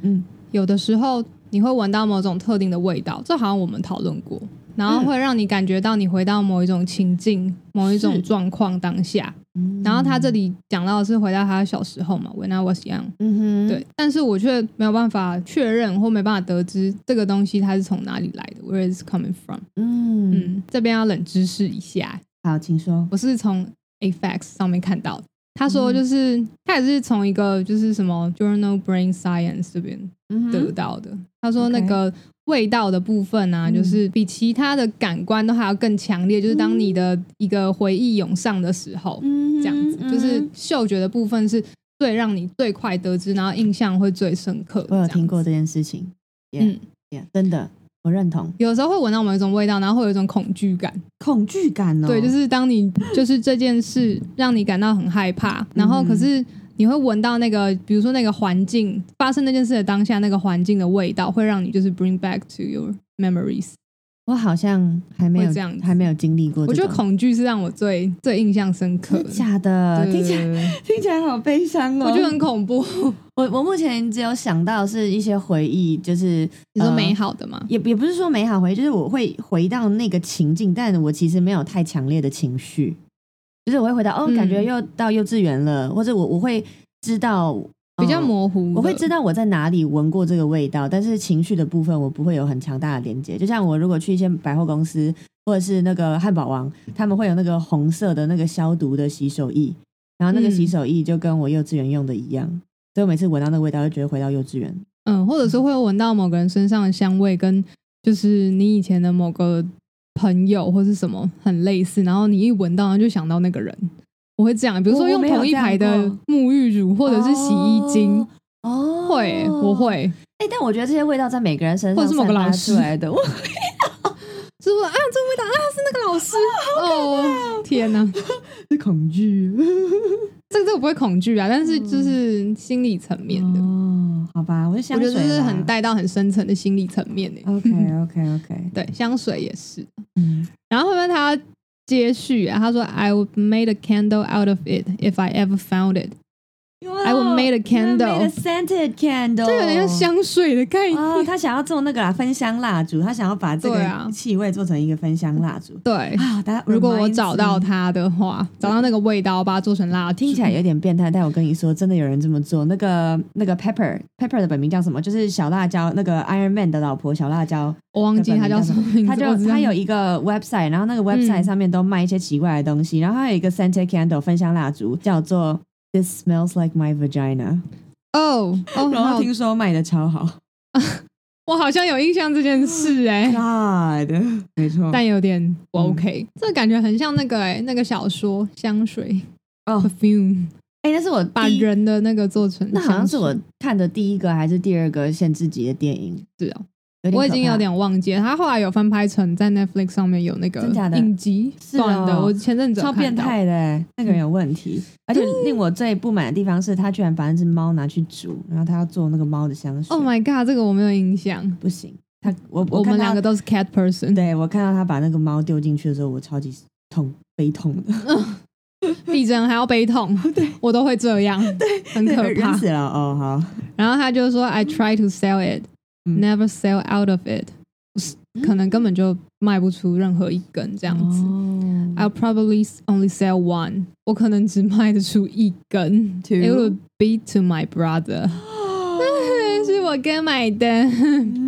Speaker 1: 嗯
Speaker 2: 有的时候你会闻到某种特定的味道，这好像我们讨论过，然
Speaker 1: 嗯
Speaker 2: 后会让你感觉到你回到某一种情境、某一
Speaker 1: 是
Speaker 2: 种状况当下。然后他这里讲到的是回到他小时候嘛，When I was young，
Speaker 1: 嗯哼，
Speaker 2: 对，但是我却没有办法确认或没办法得知这个东西它是从哪里来的，Where is coming from？
Speaker 1: 嗯，
Speaker 2: 嗯，这边要冷知识一下，
Speaker 1: 好，请说。
Speaker 2: 我是从 a f x 上面看到的。他
Speaker 1: 嗯
Speaker 2: 说，就是、他也是从一个就是什么 Journal Brain Science 这边
Speaker 1: 嗯
Speaker 2: 得
Speaker 1: 哼，
Speaker 2: 到的。他说那
Speaker 1: 嗯 OK
Speaker 2: 个味道的部分啊，
Speaker 1: 嗯
Speaker 2: 就是比其他的感官都还要更强烈，就是当你的一个回忆涌上的时候，
Speaker 1: 嗯
Speaker 2: 这样子，就是嗅觉的部分是最让你最快得知，然后印象会最深刻。
Speaker 1: 我有
Speaker 2: 这样
Speaker 1: 听过
Speaker 2: 子，
Speaker 1: 这件事情，
Speaker 2: 嗯
Speaker 1: yeah, 真的，我认同
Speaker 2: 有时候会闻到某一种味道，然后会有一种恐惧感。
Speaker 1: 恐惧感哦，
Speaker 2: 对，就是当你就是这件事让你感到很害怕，然后
Speaker 1: 嗯
Speaker 2: 可是你会闻到那个，比如说那个环境发生那件事的当下，那个环境的味道会让你就是 bring back to your memories。
Speaker 1: 我好像还没有
Speaker 2: 会这样子
Speaker 1: 还没有经历过这
Speaker 2: 我
Speaker 1: 种，
Speaker 2: 觉得恐惧是让我最最印象深刻
Speaker 1: 真
Speaker 2: 的
Speaker 1: 的。假的，
Speaker 2: 对
Speaker 1: 听起来 <laughs> 听起来好悲伤哦。
Speaker 2: 我觉得很
Speaker 1: <laughs>
Speaker 2: 恐怖。
Speaker 1: 我我目前只有想到是一些回忆，就是
Speaker 2: 你说
Speaker 1: 呃
Speaker 2: 美好的吗？
Speaker 1: 也也不是说美好回忆，就是我会回到那个情境，但我其实没有太强烈的情绪，就是我会回到哦，
Speaker 2: 嗯
Speaker 1: 感觉又到幼稚园了，或者我我会知道
Speaker 2: 比较。
Speaker 1: 呃
Speaker 2: 模糊的，
Speaker 1: 我会知道我在哪里闻过这个味道，但是情绪的部分我不会有很强大的连接。就像我如果去一些百货公司或者是那个汉堡王，他们会有那个红色的那个消毒的洗手液，然后那个
Speaker 2: 嗯
Speaker 1: 洗手液就跟我幼稚园用的一样，所以我每次闻到那个味道就觉得回到幼稚园。
Speaker 2: 嗯，或者是会闻到某个人身上的香味，跟就是你以前的某个朋友或是什么很类似，然后你一闻到，然后就想到那个人。我会这样，比如
Speaker 1: 我
Speaker 2: 说
Speaker 1: 我
Speaker 2: 用
Speaker 1: 没有
Speaker 2: 同一
Speaker 1: 这样
Speaker 2: 排的
Speaker 1: 过
Speaker 2: 沐浴乳或者是洗衣精，
Speaker 1: 哦，
Speaker 2: 会我会，
Speaker 1: 哎、但我觉得这些味道在每个人身上
Speaker 2: 或者是某个
Speaker 1: 散发
Speaker 2: 老师
Speaker 1: 出来的，我
Speaker 2: 就是说啊，这味道啊是那个老师，哦，天哪，
Speaker 1: 是恐 <laughs> 惧
Speaker 2: 这个这个不会恐惧啊，但是就是心理层面的，
Speaker 1: 嗯哦，好吧，我就
Speaker 2: 我
Speaker 1: 香
Speaker 2: 觉
Speaker 1: 水
Speaker 2: 得
Speaker 1: 啦，
Speaker 2: 这是很带到很深层的心理层面的。
Speaker 1: OK OK OK，
Speaker 2: 对，香水也是。
Speaker 1: 嗯，
Speaker 2: 然后后面他接续啊，他说：“I would made a candle out of it if I ever found it。
Speaker 1: I
Speaker 2: would make a
Speaker 1: made a
Speaker 2: candle.
Speaker 1: scented candle，”
Speaker 2: 这有点像香水的概念。
Speaker 1: 哦，他想要做那个啦，芬香蜡烛，他想要把这
Speaker 2: 对啊
Speaker 1: 个气味做成一个芬香蜡烛
Speaker 2: 对，
Speaker 1: 啊。大家
Speaker 2: 如果我找到
Speaker 1: 它，
Speaker 2: 它的话，找到那个味道，把它做成蜡
Speaker 1: <laughs>
Speaker 2: 烛，
Speaker 1: 听起来有点变态，但我跟你说，真的有人这么做。那个那个 Pepper Pepper 的本名叫什么？就是小辣椒，那个 Iron Man 的老婆小辣椒。
Speaker 2: 我忘记它叫什么名字。
Speaker 1: 他
Speaker 2: 我
Speaker 1: 就
Speaker 2: 知道
Speaker 1: 他有一个 website，然后那个 website
Speaker 2: 嗯
Speaker 1: 上面都卖一些奇怪的东西，然后还有一个 scented candle 分香蜡烛，叫做 This smells like my vagina，
Speaker 2: 哦哦，
Speaker 1: 然
Speaker 2: 好
Speaker 1: 后听说卖的超好
Speaker 2: 我好像有印象这件事
Speaker 1: 嗯
Speaker 2: 哎、
Speaker 1: ，God，没 <laughs> 错，
Speaker 2: 但有
Speaker 1: 嗯
Speaker 2: 点不 OK，、这感觉很像那个哎、那个小说香水
Speaker 1: 哦
Speaker 2: perfume，
Speaker 1: 哎，那是我
Speaker 2: 把
Speaker 1: 第一，
Speaker 2: 人的那个做成
Speaker 1: 那好像是我
Speaker 2: 香
Speaker 1: 看的第一个还是第二个限制级的电影，
Speaker 2: 水哦，
Speaker 1: 有点
Speaker 2: 我已经
Speaker 1: 可怕
Speaker 2: 有点忘记了，他后来有翻拍成在 Netflix 上面有那个
Speaker 1: 真假的
Speaker 2: 影集
Speaker 1: 是哦
Speaker 2: 短的，我前阵子有
Speaker 1: 超变
Speaker 2: 看到，嗯
Speaker 1: 态的欸，那个人有问题，而且令我最不满的地方是他居然把那只猫拿去煮，然后他要做那个猫的香水
Speaker 2: Oh my god，这个我没有印象。
Speaker 1: 不行，他我
Speaker 2: 我
Speaker 1: 看
Speaker 2: 们
Speaker 1: 他
Speaker 2: 两个都是 cat person，
Speaker 1: 对我看到他把那个猫丢进去的时候，我超级痛悲痛的，
Speaker 2: 地震还要悲
Speaker 1: <laughs>
Speaker 2: 痛，对我都会这样，对，很可
Speaker 1: 人
Speaker 2: 怕
Speaker 1: 死。了哦，好，
Speaker 2: 然后他就说，I try to sell it,
Speaker 1: 嗯
Speaker 2: never sell out of it，可能根本就卖不出任何一根这
Speaker 1: 这
Speaker 2: 样子。
Speaker 1: 子
Speaker 2: I'll probably only sell one，我可能只卖得出一根。
Speaker 1: Two
Speaker 2: It would be to my brother，是 <laughs> 我哥买的。
Speaker 1: 嗯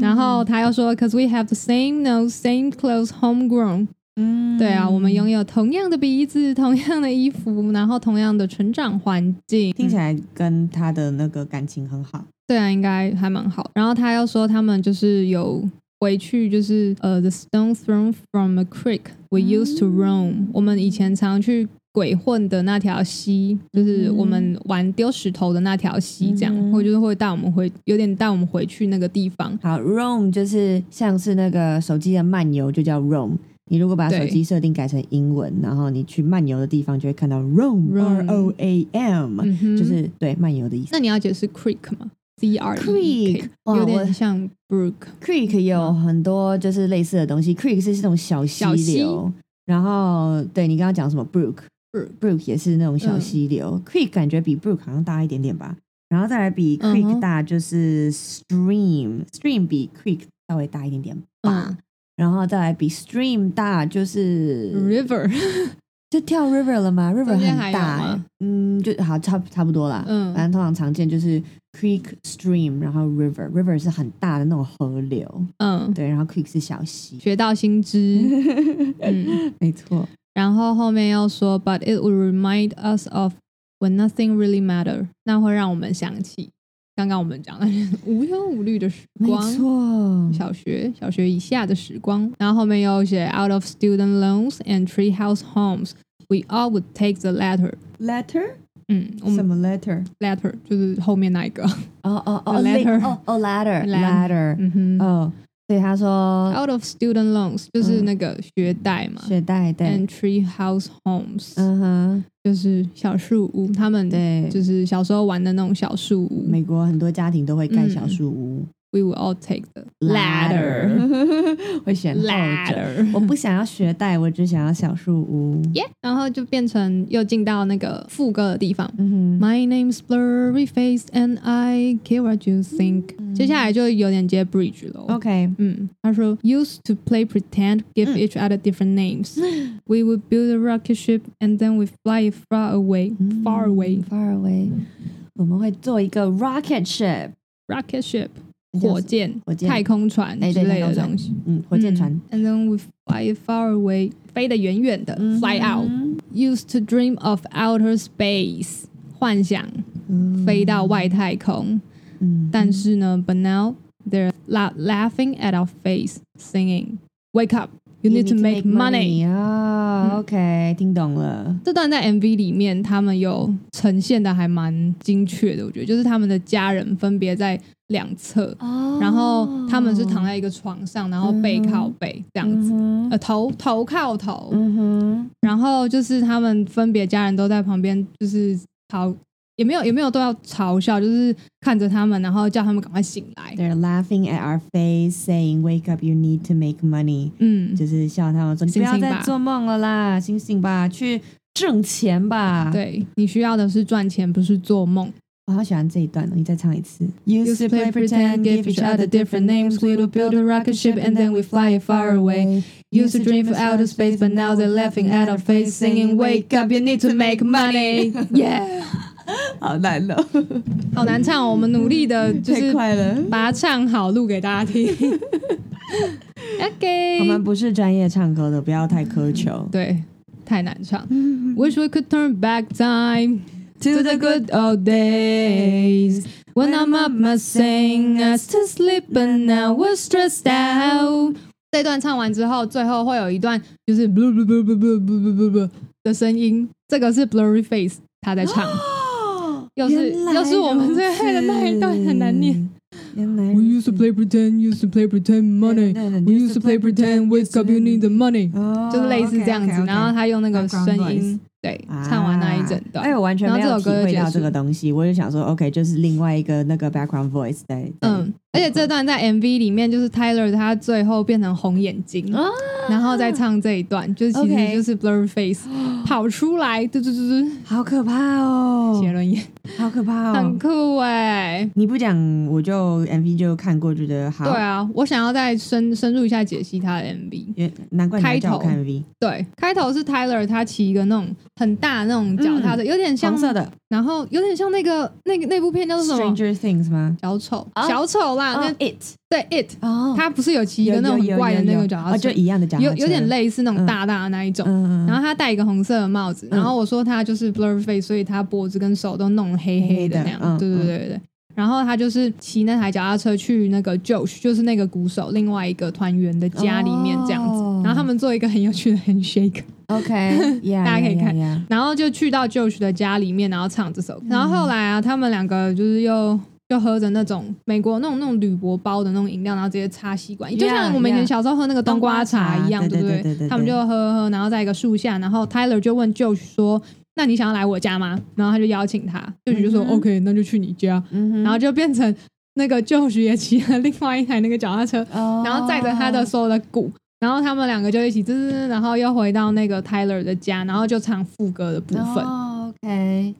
Speaker 2: 然后他又说，Cause we have the same nose, same clothes, homegrown。
Speaker 1: 嗯
Speaker 2: 对啊，我们拥有同样的鼻子、同样的衣服，然后同样的成长环境，
Speaker 1: 听起
Speaker 2: 来
Speaker 1: 来跟他的那个感情很好，
Speaker 2: 对啊，应该还蛮好。然后他又说，他们就是有回去，就是呃，the stone thrown from a creek we used to roam、我们以前常去鬼混的那条溪，就是我们玩丢石头的那条溪，这样，
Speaker 1: 嗯
Speaker 2: 或者就是会带我们回，有点带我们回去那个地方。
Speaker 1: 好，roam 就是像是那个手机的漫游，就叫 roam。你如果把
Speaker 2: 对
Speaker 1: 手机设定改成英文，然后你去漫游的地方，就会看到 roam r
Speaker 2: roam
Speaker 1: o a m，、
Speaker 2: 嗯哼，
Speaker 1: 就是对漫游的意思。
Speaker 2: 那你要解释 creek 吗？C R E
Speaker 1: creek 哇
Speaker 2: 有
Speaker 1: 我
Speaker 2: 点像 brook，
Speaker 1: creek 有很多就是类似的东西，creek 是这种小溪
Speaker 2: 小溪
Speaker 1: 流，然后对你刚刚讲什么 brook
Speaker 2: Brook
Speaker 1: brook 也是那种小
Speaker 2: 嗯
Speaker 1: 溪流、c r e e k 感觉比 brook 好像大一点点吧，然后再来比
Speaker 2: 嗯
Speaker 1: creek
Speaker 2: 哼
Speaker 1: 大就是 stream，stream、比 creek 稍微大一点点吧。
Speaker 2: 嗯
Speaker 1: 然后再来比 stream 大，就是
Speaker 2: ，river， <laughs>
Speaker 1: 就跳 river 了吗？river
Speaker 2: 中间
Speaker 1: 很
Speaker 2: 还有
Speaker 1: 大、
Speaker 2: 吗
Speaker 1: 嗯，就好差不差不多啦。
Speaker 2: 嗯
Speaker 1: 反正通常常见就是 creek stream，然后 river river 是很大的那种河流，
Speaker 2: 嗯，
Speaker 1: 对，然后 creek 是小溪，
Speaker 2: 学到新知， <laughs> 嗯。
Speaker 1: 没错。
Speaker 2: 然后后面又说，But it would remind us of when nothing really matter，那会让我们想起刚刚我们讲的 <laughs> 无忧无虑的时
Speaker 1: 没
Speaker 2: 光。
Speaker 1: 错，
Speaker 2: 小学、小学以下的时光，然后后面又写 out of student loans and treehouse homes，we all would take the latter。
Speaker 1: letter
Speaker 2: 嗯，我
Speaker 1: 什
Speaker 2: 们
Speaker 1: 么 letter？
Speaker 2: latter 就是后面那一个。
Speaker 1: 哦哦哦
Speaker 2: The letter
Speaker 1: 哦哦 letter
Speaker 2: La-
Speaker 1: letter
Speaker 2: 嗯哼、哦
Speaker 1: 哦，对，他说
Speaker 2: o u t of student loans 就是
Speaker 1: 嗯
Speaker 2: 那个学贷嘛。
Speaker 1: 学贷对
Speaker 2: and，treehouse homes，、
Speaker 1: 嗯哼，
Speaker 2: 就是小树屋，他们
Speaker 1: 对，
Speaker 2: 就是小时候玩的那种小树屋。
Speaker 1: 美国很多家庭都会盖
Speaker 2: 嗯
Speaker 1: 小树屋。
Speaker 2: We will all take the
Speaker 1: <laughs> 会选后者。
Speaker 2: ladder。
Speaker 1: 我不想要学贷，我只想要小树屋。
Speaker 2: 耶然后就变成又进到那个副歌的地方。
Speaker 1: 嗯哼，
Speaker 2: My name's blurry face and I care what you think、接下来就有点接 bridge 了。
Speaker 1: ，OK，
Speaker 2: 嗯，他说，used to play pretend, give
Speaker 1: 嗯
Speaker 2: each other
Speaker 1: <gasps>
Speaker 2: different names. We would build a rocket ship and then we fly it far away,
Speaker 1: 嗯
Speaker 2: far away.
Speaker 1: far away，我
Speaker 2: 嗯
Speaker 1: 们会做一个 rocket ship，
Speaker 2: Rocket ship，
Speaker 1: 叫
Speaker 2: 火箭、
Speaker 1: 火箭
Speaker 2: 太空船
Speaker 1: 哎
Speaker 2: 之
Speaker 1: 对
Speaker 2: 类
Speaker 1: 太空
Speaker 2: 的
Speaker 1: 船
Speaker 2: 东西。
Speaker 1: 嗯，火箭船。
Speaker 2: 嗯 And then we fly it far away，飞得远远的，fly
Speaker 1: 嗯
Speaker 2: out。Used to dream of outer space，幻想
Speaker 1: 嗯
Speaker 2: 飞到外太空。
Speaker 1: 嗯
Speaker 2: 但是呢，But now they're la laughing at our face, singing, "Wake up, you need to make money." Hmm.
Speaker 1: 啊，OK，听懂了。
Speaker 2: 这段在 MV 里面，他们有呈现的还蛮精确的，我觉得就是他们的家人分别在两侧，
Speaker 1: 哦
Speaker 2: 然后他们是躺在一个床上，然后背靠背这样子，
Speaker 1: 嗯哼
Speaker 2: 呃，头头靠头，
Speaker 1: 嗯哼，
Speaker 2: 然后就是他们分别家人都在旁边，就是嘲也没有也没有都要嘲笑，就是看着他们，然后叫他们赶快醒来。
Speaker 1: They're laughing at our face, saying, "Wake up, you need to make money."
Speaker 2: 嗯，
Speaker 1: 就是笑他们说：“你不
Speaker 2: 醒
Speaker 1: 要
Speaker 2: 醒吧
Speaker 1: 再做梦了啦，醒醒吧，去挣钱吧。”，
Speaker 2: 对你需要的是赚钱，不是做梦。
Speaker 1: 我好喜欢这一段哦，你再唱一次。Used
Speaker 2: to play pretend, give each other different names. We would build a rocket ship and then we fly it far away. Used to dream of outer space, but now they're laughing at our face, singing, "Wake up, you need to make money." <laughs> Yeah，
Speaker 1: <laughs> 好难哦，
Speaker 2: 好难唱哦，我们努
Speaker 1: <laughs>
Speaker 2: 力的就
Speaker 1: 太
Speaker 2: 是
Speaker 1: 快了。
Speaker 2: 把它唱好，录给大
Speaker 1: <laughs>
Speaker 2: 家听。 <laughs>
Speaker 1: 我
Speaker 2: OK，
Speaker 1: 们不是专业唱歌的，不要太苛求。
Speaker 2: 对，太难唱。Wish we could turn back time to
Speaker 1: To
Speaker 2: the good old days. When I'm up, my sing us to sleep, but now we're stressed out. 这段唱完之后，最后会有一段就是 blue blue blue blue blue blue blue blue 的声音，这个是 blurry face 他在唱。
Speaker 1: 哦
Speaker 2: 又是
Speaker 1: 原来
Speaker 2: 又是我们最爱的那一段
Speaker 1: 如此
Speaker 2: 很难念。
Speaker 1: 原来
Speaker 4: We
Speaker 1: 如
Speaker 4: used to play pretend, used to play pretend money.
Speaker 1: No, no, no,
Speaker 4: We used to play pretend, wake up, you need the money.
Speaker 1: 哦
Speaker 2: 就是类似这样子
Speaker 1: OK，OK，OK
Speaker 2: 然后他用那个
Speaker 1: Background
Speaker 2: 声音，对，
Speaker 1: 啊
Speaker 2: 唱完那一整段。
Speaker 1: 哎、我完全没有
Speaker 2: 然后
Speaker 1: 体
Speaker 2: 这首歌就
Speaker 1: 会
Speaker 2: 结束
Speaker 1: 到这个东西，我就想说，OK，就是另外一个那个 background voice 在，在
Speaker 2: 嗯，而且这段在 MV 里面，就是 Tyler 他最后变成红眼睛，
Speaker 1: 啊
Speaker 2: 然后再唱这一段，就是其
Speaker 1: OK
Speaker 2: 实就是 Blur
Speaker 1: <gasps>
Speaker 2: Face 跑出来，嘟嘟嘟嘟，
Speaker 1: 好可怕哦，
Speaker 2: 写轮眼，
Speaker 1: 好可怕
Speaker 2: 很
Speaker 1: 哦！
Speaker 2: 酷哎、
Speaker 1: 你不讲，我就 MV 就看过，觉得好，
Speaker 2: 对啊，我想要再深深入一下解析他的 MV。
Speaker 1: 原难怪你要叫我看 MV，
Speaker 2: 对，开头是 Tyler 他骑一个那种很大的那种脚踏车，有点像
Speaker 1: 黄，嗯色的
Speaker 2: 然后有点像那个那个那部片叫做什么？啊
Speaker 1: Stranger Things 吗？
Speaker 2: 小丑，
Speaker 1: 哦
Speaker 2: 小丑啦，
Speaker 1: 哦
Speaker 2: 那
Speaker 1: It
Speaker 2: 对 It，
Speaker 1: 哦，
Speaker 2: 他不是有骑一个那种
Speaker 1: 有
Speaker 2: 很怪的那个脚踏
Speaker 1: 哦
Speaker 2: 车
Speaker 1: 就，一样的脚踏车，
Speaker 2: 有有点，类似那种
Speaker 1: 嗯
Speaker 2: 大大的那一种。
Speaker 1: 嗯，
Speaker 2: 然后他戴一个红色的帽子，
Speaker 1: 嗯
Speaker 2: 然后我说他就是 blur face，所以他脖子跟手都弄黑黑的那样。
Speaker 1: 黑黑的嗯
Speaker 2: 对对对对对。然后他就是骑那台脚踏车去那个 Josh，就是那个鼓手另外一个团员的家里面这样子。
Speaker 1: 哦
Speaker 2: 然后他们做一个很有趣的 handshake， <laughs>
Speaker 1: OK，yeah，
Speaker 2: 大家可以看
Speaker 1: yeah, yeah, yeah
Speaker 2: 然后就去到 Josh 的家里面，然后唱这首
Speaker 1: 嗯
Speaker 2: 歌。然后后来啊，他们两个就是又就喝着那种美国那种那种铝箔包的那种饮料，然后直接插吸管，就像我们以前
Speaker 1: yeah
Speaker 2: 小时候喝那个冬瓜茶一样，
Speaker 1: 冬瓜茶
Speaker 2: 对
Speaker 1: 对对
Speaker 2: 不
Speaker 1: 对对对
Speaker 2: 他们就喝喝喝，然后在一个树下，然后 Tyler 就问 Josh 说：“那你想要来我家吗？”然后他就邀请他，Josh 就说、
Speaker 1: 嗯哼
Speaker 2: OK，那就去你家。
Speaker 1: 嗯哼，
Speaker 2: 然后就变成那个 Josh 也骑了另外一台那个脚踏车，
Speaker 1: 哦
Speaker 2: 然后载着他的所有的鼓，然后他们两个就一起滋滋滋，然后又回到那个 Tyler 的家，然后就唱副歌的部分。
Speaker 1: 哦 OK，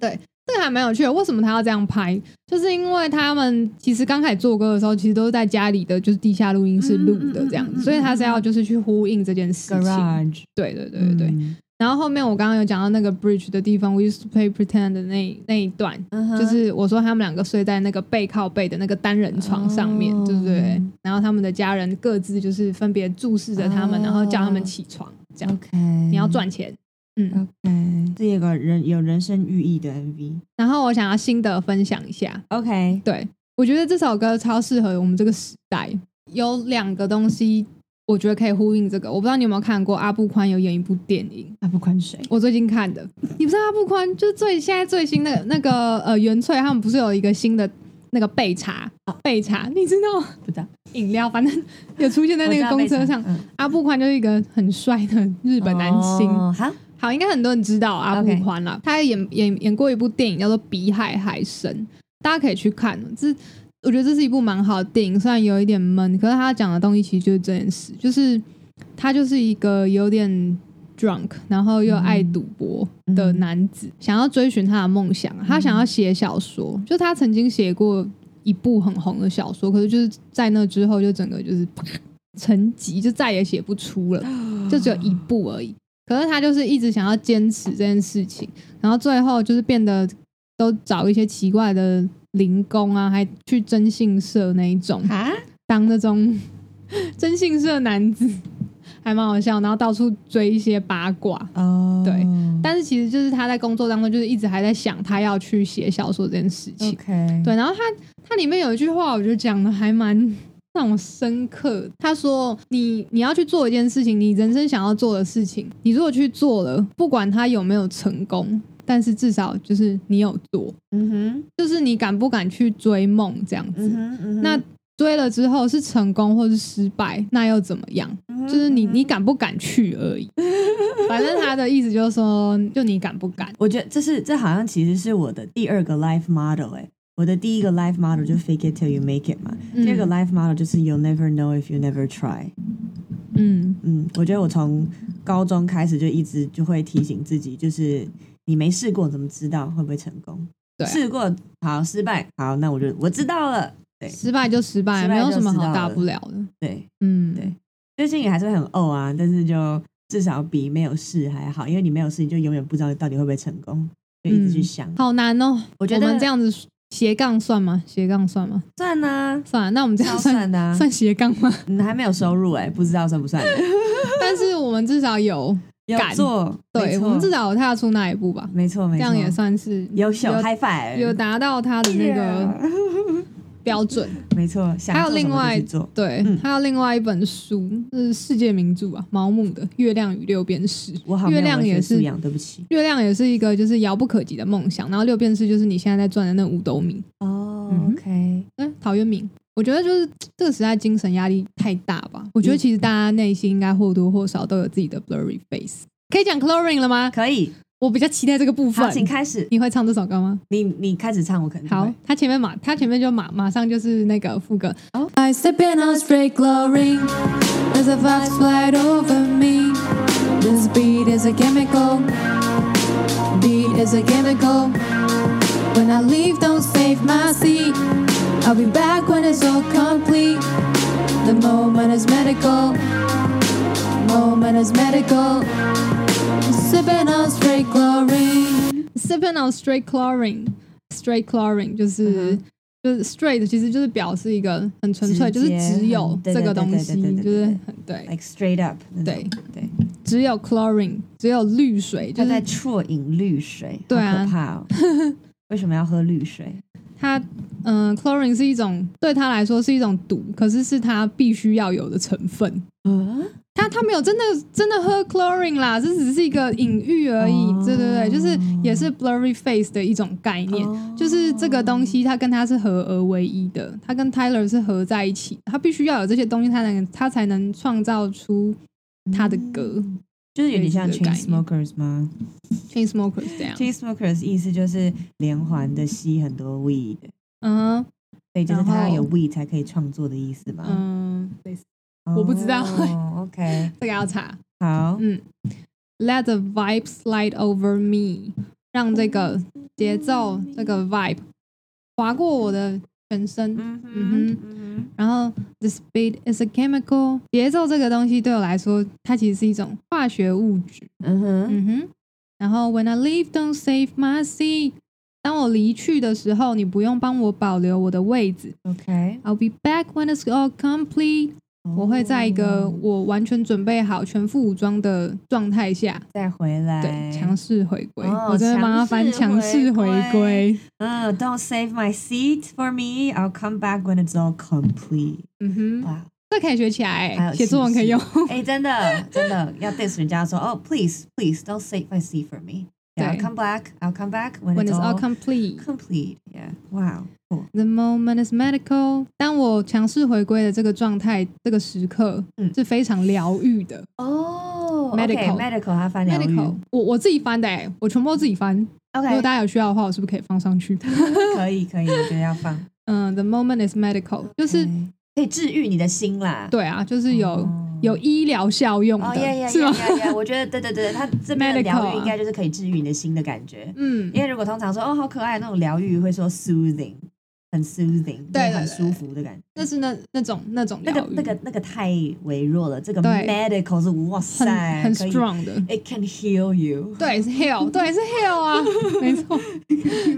Speaker 2: 这个还蛮有趣的，为什么他要这样拍？就是因为他们其实刚开始做歌的时候，其实都是在家里的就是地下录音室录的这样
Speaker 1: 嗯嗯嗯嗯
Speaker 2: 子，所以他是要就是去呼应这件事情。
Speaker 1: garage，
Speaker 2: 对对对对对。
Speaker 1: 嗯
Speaker 2: 然后后面我刚刚有讲到那个 bridge 的地方，we used to play pretend 的那那一段，
Speaker 1: 嗯哼
Speaker 2: 就是我说他们两个睡在那个背靠背的那个单人床上面，
Speaker 1: 哦
Speaker 2: 对不对？然后他们的家人各自就是分别注视着他们，
Speaker 1: 哦
Speaker 2: 然后叫他们起床，这样
Speaker 1: OK，
Speaker 2: 你
Speaker 1: 你
Speaker 2: 要赚钱。嗯，
Speaker 1: OK，这有个人有人生寓意的 MV。
Speaker 2: 然后我想要心得分享一下，
Speaker 1: OK，
Speaker 2: 对我觉得这首歌超适合我们这个时代，有两个东西我觉得可以呼应这个。我不知道你有没有看过阿布宽有演一部电影，
Speaker 1: 那不管谁，
Speaker 2: 我最近看的，你不知道阿布宽就是最现在最新的那个呃原萃他们不是有一个新的那个备茶备茶，你知道吗
Speaker 1: 哦不知道
Speaker 2: 饮料，反正有出现
Speaker 1: <laughs>
Speaker 2: 在那个公车上。
Speaker 1: 嗯
Speaker 2: 阿布宽就是一个很帅的日
Speaker 1: 日
Speaker 2: 本男星，
Speaker 1: 好，
Speaker 2: 好，应该很多人知道啊阿布
Speaker 1: OK
Speaker 2: 宽啦他演演演过一部电影叫做《比海还深》，大家可以去看。哦这我觉得这是一部蛮好的电影，虽然有一点闷，可是他讲的东西其实就是真实，就是他就是一个有点 drunk，然后又爱赌博的男子，想要追寻他的梦想，他想要写小说，就他曾经写过一部很红的小说，可是就是在那之后就整个就是啪沉寂，就再也写不出了，就只有一部而已。可是他就是一直想要坚持这件事情，然后最后就是变得都找一些奇怪的零工啊，还去征信社那一种
Speaker 1: 啊，
Speaker 2: 当那种 <laughs> 征信社男子，还蛮好笑。然后到处追一些八卦，
Speaker 1: 哦，
Speaker 2: 对但是其实就是他在工作当中就是一直还在想他要去写小说这件事情。
Speaker 1: OK，
Speaker 2: 对，然后他他里面有一句话，我觉得讲的还蛮让我深刻。他说：“你你要去做一件事情，你人生想要做的事情，你如果去做了，不管他有没有成功，但是至少就是你有做，
Speaker 1: 嗯哼，
Speaker 2: 就是你敢不敢去追梦这样子。
Speaker 1: 嗯哼，嗯哼
Speaker 2: 那追了之后是成功或是失败，那又怎么样？
Speaker 1: 嗯
Speaker 2: 就是你你敢不敢去
Speaker 1: <laughs>
Speaker 2: 而已。反正他的意思就是说，就你敢不敢。
Speaker 1: 我觉得这是这好像其实是我的第二个 life model 哎、我的第一个 life model 就是 fake it till you make it 嘛，
Speaker 2: 嗯
Speaker 1: 第二个 life model 就是 you'll never know if you never try。
Speaker 2: 嗯
Speaker 1: 嗯，我觉得我从高中开始就一直就会提醒自己，就是你没试过怎么知道会不会成功？
Speaker 2: 对啊
Speaker 1: 试过好失败好，那我就我知道了。对
Speaker 2: 失败就失败，
Speaker 1: 失败
Speaker 2: 没有
Speaker 1: 就
Speaker 2: 什么
Speaker 1: 知
Speaker 2: 好
Speaker 1: 道
Speaker 2: 大
Speaker 1: 了
Speaker 2: 不了的。
Speaker 1: 对，
Speaker 2: 嗯，
Speaker 1: 对最近也还是会很怄啊，但是就至少比没有试还好，因为你没有试，你就永远不知道你到底会不会成功，就一直去想。
Speaker 2: 好难哦。
Speaker 1: 嗯我觉得
Speaker 2: 们这样子斜杠算吗？斜杠算吗？
Speaker 1: 算呢、啊，
Speaker 2: 算了，那我们这样
Speaker 1: 超
Speaker 2: 算
Speaker 1: 算的、啊，
Speaker 2: 算斜杠
Speaker 1: <laughs>
Speaker 2: 吗？
Speaker 1: 嗯，还没有收入哎、不知道算不
Speaker 2: <laughs>
Speaker 1: 算、
Speaker 2: 但是我们至少有，
Speaker 1: 有
Speaker 2: 敢
Speaker 1: 做，没
Speaker 2: 对
Speaker 1: 错
Speaker 2: 我们至少有踏出那一步吧。
Speaker 1: 没错没
Speaker 2: 这
Speaker 1: 错，
Speaker 2: 样也算是
Speaker 1: 优秀
Speaker 2: 有
Speaker 1: high five，
Speaker 2: 有达到他的那个
Speaker 1: Yeah
Speaker 2: 标准。
Speaker 1: 没错，啊想
Speaker 2: 还有
Speaker 1: 做什么
Speaker 2: 另外
Speaker 1: 就去做，
Speaker 2: 对
Speaker 1: 嗯，
Speaker 2: 还有另外一本书是世界名著啊，毛姆的《月亮与六便士》。
Speaker 1: 我好没
Speaker 2: 月
Speaker 1: 有
Speaker 2: 亮
Speaker 1: 文
Speaker 2: 也
Speaker 1: 学素
Speaker 2: 是
Speaker 1: 养，对不起
Speaker 2: 月亮也是一个就是遥不可及的梦想，然后六便士就是你现在在赚的那五斗米，
Speaker 1: 哦
Speaker 2: 嗯哼
Speaker 1: OK，
Speaker 2: 嗯，陶渊明，我觉得就是这个时代精神压力太大吧。我
Speaker 1: 嗯
Speaker 2: 觉得其实大家内心应该或多或少都有自己的 blurry face。可以讲 chlorine 了吗？
Speaker 1: 可以，
Speaker 2: 我比较期待这个部
Speaker 1: 好，
Speaker 2: 分。
Speaker 1: 请开始，
Speaker 2: 你会唱这首歌吗？
Speaker 1: 你你开始唱，我可能
Speaker 2: 好
Speaker 1: 会，
Speaker 2: 他前面马，他前面就马马上就是那个副歌。
Speaker 4: I step in a straight glory as a vast flight over me. This beat is a chemical. Beat is a chemical. When I leave, don't save my seat. I'll be back when it's all complete. The moment is medical. Moment is medical. Sipping on straight glory.
Speaker 2: Sipping on straight chlorine, straight chlorine 就是、就是 straight，其实就是表示一个很纯粹，
Speaker 1: 直
Speaker 2: 就是
Speaker 1: 接
Speaker 2: 只有
Speaker 1: 很对
Speaker 2: 这
Speaker 1: 对
Speaker 2: 个
Speaker 1: 对
Speaker 2: 东
Speaker 1: 对
Speaker 2: 西
Speaker 1: 对对，对
Speaker 2: 就是
Speaker 1: 对
Speaker 2: 很对，
Speaker 1: ，like straight up，那种
Speaker 2: 对
Speaker 1: 对，
Speaker 2: 只有 chlorine，只有绿水，就
Speaker 1: 他
Speaker 2: 是
Speaker 1: 在啜饮绿水，好
Speaker 2: 对啊 <laughs>
Speaker 1: 可怕哦，为什么要喝绿水？
Speaker 2: 它嗯、呃 chlorine 是一种对他来说是一种毒，可是是他必须要有的成分。
Speaker 1: 啊，
Speaker 2: 他他没有真的真的喝 chlorine 啦，这只是一个隐喻而已。
Speaker 1: 哦
Speaker 2: 对对对，就是也是 blurry face 的一种概念，
Speaker 1: 哦
Speaker 2: 就是这个东西它跟它是合而为一的，它跟 Tyler 是合在一起，他必须要有这些东西，他能他才能创造出他的歌。
Speaker 1: 嗯就是有点像
Speaker 2: 类似
Speaker 1: chain
Speaker 2: 的概念
Speaker 1: smokers 吗
Speaker 2: Chain Smokers 这样，
Speaker 1: ？chain smokers 意思就是连环的吸很多 weed，
Speaker 2: 嗯
Speaker 1: 所以就是他
Speaker 2: 然
Speaker 1: 要
Speaker 2: 后
Speaker 1: 有 weed 才可以创作的意思
Speaker 2: 哼
Speaker 1: 吗？
Speaker 2: 嗯，类似
Speaker 1: 哦
Speaker 2: 我不知道
Speaker 1: <laughs> OK，
Speaker 2: 这个要查。
Speaker 1: 好，
Speaker 2: 嗯，Let the vibe slide over me，让这个节奏这个 vibe 划过我的全身。
Speaker 1: 嗯
Speaker 2: 嗯
Speaker 1: 嗯
Speaker 2: 然后，the speed is a chemical，节奏这个东西对我来说，它其实是一种化学物质。
Speaker 1: 哼嗯哼，
Speaker 2: 嗯哼。然后，when I leave, don't save my seat。当我离去的时候，你不用帮我保留我的位置。
Speaker 1: OK，
Speaker 2: I'll be back when it's all complete。我会在一个
Speaker 1: 哦
Speaker 2: 我完全准备好、全副武装的状态下，
Speaker 1: 再回来，
Speaker 2: 对，强势回归。
Speaker 1: 哎哦
Speaker 2: 我真的帮他翻
Speaker 1: 强
Speaker 2: 强
Speaker 1: 势
Speaker 2: 势
Speaker 1: 回
Speaker 2: 回
Speaker 1: 归
Speaker 2: 归。
Speaker 1: 嗯，Don't save my seat for me. I'll come back when it's all complete.
Speaker 2: 嗯哼，
Speaker 1: 哇，
Speaker 2: 这可以学起来、
Speaker 1: 哦还有
Speaker 2: 写作文可以用。
Speaker 1: 哎、真的真的要 diss 人家说哦、p l e a s e please don't save my seat for me. Yeah, I'll
Speaker 2: 对
Speaker 1: come back. I'll come back when,
Speaker 2: When
Speaker 1: it's
Speaker 2: it's
Speaker 1: <laughs>
Speaker 2: all
Speaker 1: all
Speaker 2: complete。
Speaker 1: complete. Yeah. Wow. Cool.
Speaker 2: The moment is medical。当我强势回归的这个状态，这个时刻、
Speaker 1: 嗯
Speaker 2: 是非常疗愈的。
Speaker 1: 哦、o k
Speaker 2: Medical
Speaker 1: medical 它翻疗愈
Speaker 2: medical，我我自己翻的、欸，我全部都自己翻。如果
Speaker 1: OK，
Speaker 2: 大家有需要的话，我是不是可以放上
Speaker 1: <laughs>
Speaker 2: 去？ <laughs>
Speaker 1: 可以可以，我觉得要放，
Speaker 2: 嗯，The moment is medical，就是、
Speaker 1: 嗯可以治愈你的心啦。
Speaker 2: 对啊，就是有、
Speaker 1: 哦
Speaker 2: 有医疗效用的
Speaker 1: 哦耶耶
Speaker 2: 是
Speaker 1: 耶
Speaker 2: 吗？
Speaker 1: 耶耶！我觉得对对对，它这边的
Speaker 2: Medical
Speaker 1: 疗愈
Speaker 2: 啊
Speaker 1: 应该就是可以治愈你的心的感觉。
Speaker 2: 嗯
Speaker 1: 因，为如果通常说哦好可爱那种疗愈，会说 soothing，很 soothing，就是很
Speaker 2: 对对对
Speaker 1: 舒服的感觉。
Speaker 2: 那是那那种那种
Speaker 1: 那
Speaker 2: 疗
Speaker 1: 个
Speaker 2: 愈，
Speaker 1: 那个那个太微弱了，这个
Speaker 2: 对
Speaker 1: medical 是哇塞，
Speaker 2: 很很
Speaker 1: 可以
Speaker 2: strong 的。
Speaker 1: It can heal you。
Speaker 2: 对，是 hell，对，是 hell 啊，没错，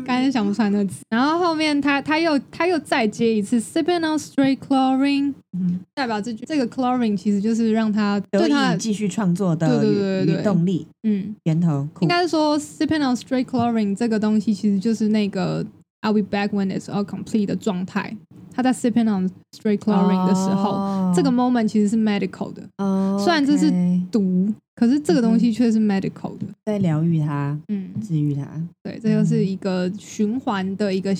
Speaker 2: 刚才想不出来那个词。然后后面他他又他又再接一次 sipping on straight chlorine，、
Speaker 1: 嗯
Speaker 2: 代表这句这个 chlorine 其实就是让他
Speaker 1: 得
Speaker 2: 对他
Speaker 1: 以继续创作的
Speaker 2: 对对对对
Speaker 1: 原
Speaker 2: 对
Speaker 1: 动力
Speaker 2: 嗯，
Speaker 1: 源头，酷
Speaker 2: 应该是说 sipping on straight chlorine 这个东西其实就是那个 I'll be back when it's all complete 的状态。他在 sipping on straight chlorine 的时候，
Speaker 1: 哦
Speaker 2: 这个 moment 其实是 medical 的，
Speaker 1: 哦
Speaker 2: 虽然这是
Speaker 1: OK，
Speaker 2: 毒，可是这个东西却是 medical 的。
Speaker 1: 在疗愈它，
Speaker 2: 嗯，
Speaker 1: 治愈它。
Speaker 2: 对，这就是一个循环的一个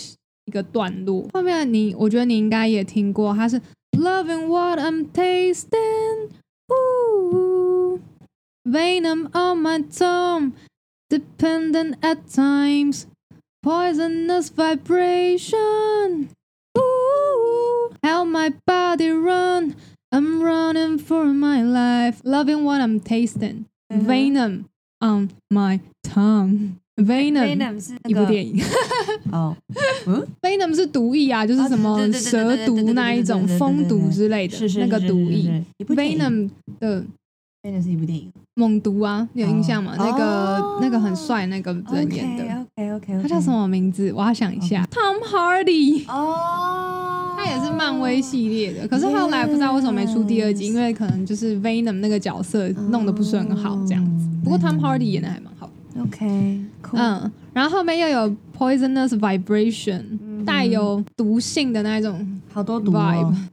Speaker 2: 一个段落。后面你，我觉得你应该也听过，它是 Loving what I'm tasting, ooh, venom on my tongue, dependent at times, poisonous vibration, ooh, how my body run. I'm running for my life, loving what I'm tasting.
Speaker 1: 嗯哼
Speaker 2: Venom on my tongue. Venom，,
Speaker 1: Venom 是那
Speaker 2: 一部
Speaker 1: 个
Speaker 2: 电影。
Speaker 1: 哦，嗯，
Speaker 2: Venom 是毒液啊，就是什
Speaker 1: 啊
Speaker 2: 么
Speaker 1: 对对对对对
Speaker 2: 蛇
Speaker 1: 对对对
Speaker 2: 毒那
Speaker 1: 对
Speaker 2: 一
Speaker 1: 对对
Speaker 2: 种
Speaker 1: 对对
Speaker 2: 蜂毒之类的
Speaker 1: 是是
Speaker 2: 那个
Speaker 1: 是是
Speaker 2: 毒
Speaker 1: 是
Speaker 2: 液。
Speaker 1: 是一部电影
Speaker 2: Venom 的
Speaker 1: Venom 是一部电影，
Speaker 2: 猛毒啊，你有印象吗？
Speaker 1: 哦
Speaker 2: 那
Speaker 1: 哦
Speaker 2: 个那个很帅那个人演的，
Speaker 1: OK OK，
Speaker 2: 他叫什？么名字？我要想一下。Tom Hardy，
Speaker 1: 哦，
Speaker 2: 他也是漫威系列的，可是后来不知道为什么没出第二集，
Speaker 1: Yes
Speaker 2: 因为可能就是 Venom 那个角色弄得不是很好这样子。不过 Tom Hardy 演的还蛮好
Speaker 1: 哦
Speaker 2: 的。
Speaker 1: OK，酷
Speaker 2: 嗯，然后后面又有 poisonous vibration，带有毒性的那一种
Speaker 1: 好多毒哦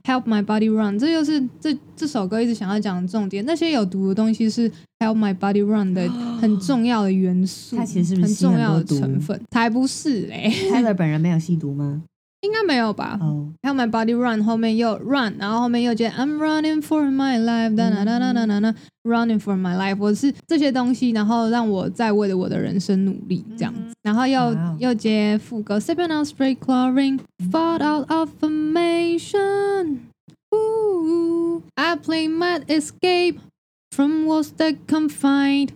Speaker 2: vibe。Help my body run，这就是这这首歌一直想要讲的重点。那些有毒的东西是 help my body run
Speaker 1: <gasps>
Speaker 2: 的很重要的元素，
Speaker 1: 它其实是不是
Speaker 2: 很
Speaker 1: 吸很
Speaker 2: 重
Speaker 1: 多
Speaker 2: 要的
Speaker 1: 毒
Speaker 2: 成分，才不是嘞，
Speaker 1: Taylor 本人没有吸毒吗？
Speaker 2: <laughs> 应该没有吧？ <laughs>
Speaker 1: 哦，
Speaker 2: Help my body run，后面又 run，然后后面又接 I'm running for my life，哒哒哒哒哒哒
Speaker 1: 嗯
Speaker 2: 哒，running for my life，我是这些东西，然后让我在为了我的人生努力这样子，然后又、
Speaker 1: 嗯哇哦嗯
Speaker 2: 又接副歌 sipping on straight chlorine fall out of formation。Ooh, I play my escape from what's that confined。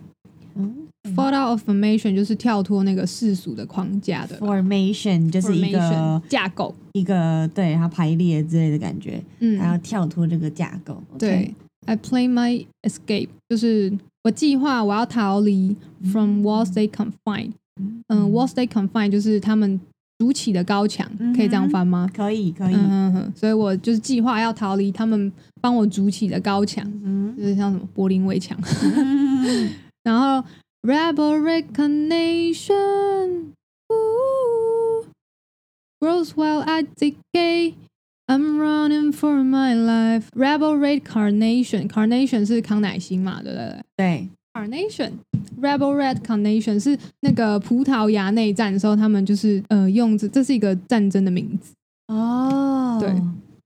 Speaker 1: 嗯
Speaker 2: Fall out of formation 就是跳脱那个世俗的框架的啦
Speaker 1: ，formation 就是一个
Speaker 2: formation 架构。
Speaker 1: 一个对，它排列之类的感觉，
Speaker 2: 嗯，
Speaker 1: 还要跳脱这个架构。OK
Speaker 2: 对，，I plan my escape，就是我计划我要逃离
Speaker 1: 嗯
Speaker 2: from walls they confine。嗯，walls they confine 就是他们筑起的高墙，
Speaker 1: 嗯哼
Speaker 2: 可以这样翻吗？
Speaker 1: 可以可以，
Speaker 2: 嗯哼哼，所以我就是计划要逃离他们帮我筑起的高墙，
Speaker 1: 嗯
Speaker 2: 就是像什么柏林围墙。 <laughs>
Speaker 1: 嗯
Speaker 2: 然后 rebel recognition，呜 grows while I decay. I'm running for my life. Rebel Red Carnation, Carnation 是康乃馨嘛，对不对？ <laughs>
Speaker 1: 对，
Speaker 2: Carnation Rebel Red Carnation 是那个葡萄牙内战的时候，他们就是呃用这这是一个战争的名字，
Speaker 1: 哦
Speaker 2: 对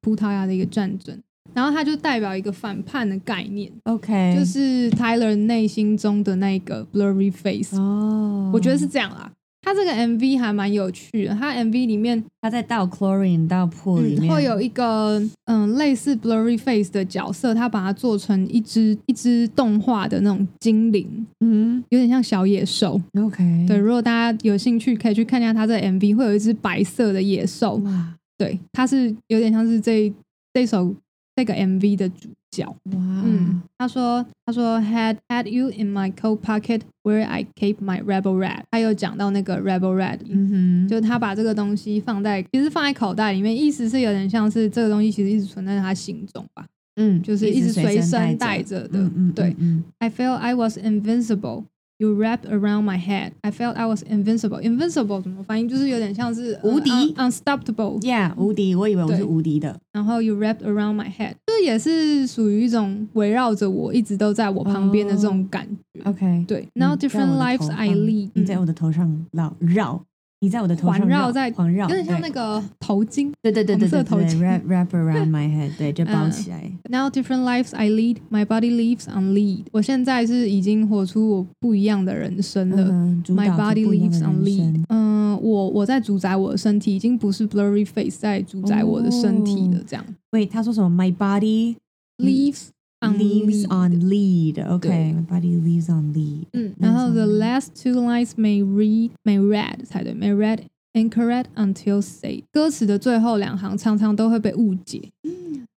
Speaker 2: 葡萄牙的一个战争，然后它就代表一个反叛的概念，
Speaker 1: ，OK，
Speaker 2: 就是 Tyler 内心中的那个 blurry face，、
Speaker 1: 哦，
Speaker 2: 我觉得是这样啦。他这个 MV 还蛮有趣的，他 MV 里面、
Speaker 1: 他在倒 chlorine 到 pool 里
Speaker 2: 嗯、
Speaker 1: 面，
Speaker 2: 会有一个嗯类似 blurry face 的角色，他把它做成一只一只动画的那种精灵，
Speaker 1: 嗯
Speaker 2: 有点像小野兽。
Speaker 1: ，OK，
Speaker 2: 对，，如果大家有兴趣，可以去看一下他这 MV，会有一只白色的野兽，
Speaker 1: 哇
Speaker 2: 对，它是有点像是这这首这个 MV 的主角。
Speaker 1: 哇，
Speaker 2: 嗯，他说他说 had had you in my coat pocket where I keep my rebel rat，他有讲到那个 rebel rat，、
Speaker 1: 嗯哼，
Speaker 2: 就是他把这个东西放在其实放在口袋里面，意思是有点像是这个东西其实一直存在他心中吧，
Speaker 1: 嗯，
Speaker 2: 就是一直随身带
Speaker 1: 带
Speaker 2: 着的，
Speaker 1: 嗯嗯，
Speaker 2: 对。
Speaker 1: 嗯，
Speaker 2: I felt I was invincible. You wrapped around my head. I felt I was invincible. Invincible 怎么翻译？就是有点像是呃
Speaker 1: 无敌
Speaker 2: un- unstoppable。
Speaker 1: ，Yeah，无敌，我以为我是
Speaker 2: 嗯对
Speaker 1: 无敌的，
Speaker 2: 然后 you wrapped around my head，这也是属于一种围绕着我，一直都在我旁边的这种感觉。
Speaker 1: OK，
Speaker 2: 对，now
Speaker 1: 你哦嗯在
Speaker 2: different
Speaker 1: 我的
Speaker 2: lives
Speaker 1: 头
Speaker 2: I
Speaker 1: 上
Speaker 2: lead，嗯
Speaker 1: 你在我的头上绕绕，你在我的头上
Speaker 2: 环绕在
Speaker 1: 环绕，
Speaker 2: 有点像
Speaker 1: 对
Speaker 2: 那个头巾。
Speaker 1: 对对对对
Speaker 2: 红
Speaker 1: 对对
Speaker 2: 色头巾
Speaker 1: ，wrap wrap around my head，对，就包
Speaker 2: 嗯
Speaker 1: 起来，
Speaker 2: Now different lives I lead, my body lives on lead。我现在是已经活出我不一样的人生了。
Speaker 1: 嗯，主
Speaker 2: My
Speaker 1: 导
Speaker 2: body
Speaker 1: 着不一样
Speaker 2: lives
Speaker 1: 的人
Speaker 2: on
Speaker 1: 生
Speaker 2: lead。嗯，我我在主宰我的身体，已经不是 blurry face 在主宰我的身体了。这样、
Speaker 1: 喂，他说什么？My body
Speaker 2: leaves on
Speaker 1: leaves
Speaker 2: lead。
Speaker 1: on lead。
Speaker 2: 对
Speaker 1: OK，my body leaves on lead。
Speaker 2: 嗯，然后
Speaker 1: on
Speaker 2: the
Speaker 1: lead
Speaker 2: last two lines may read may read 才对，may read incorrect until said。歌词的最后两行常常都会被误解。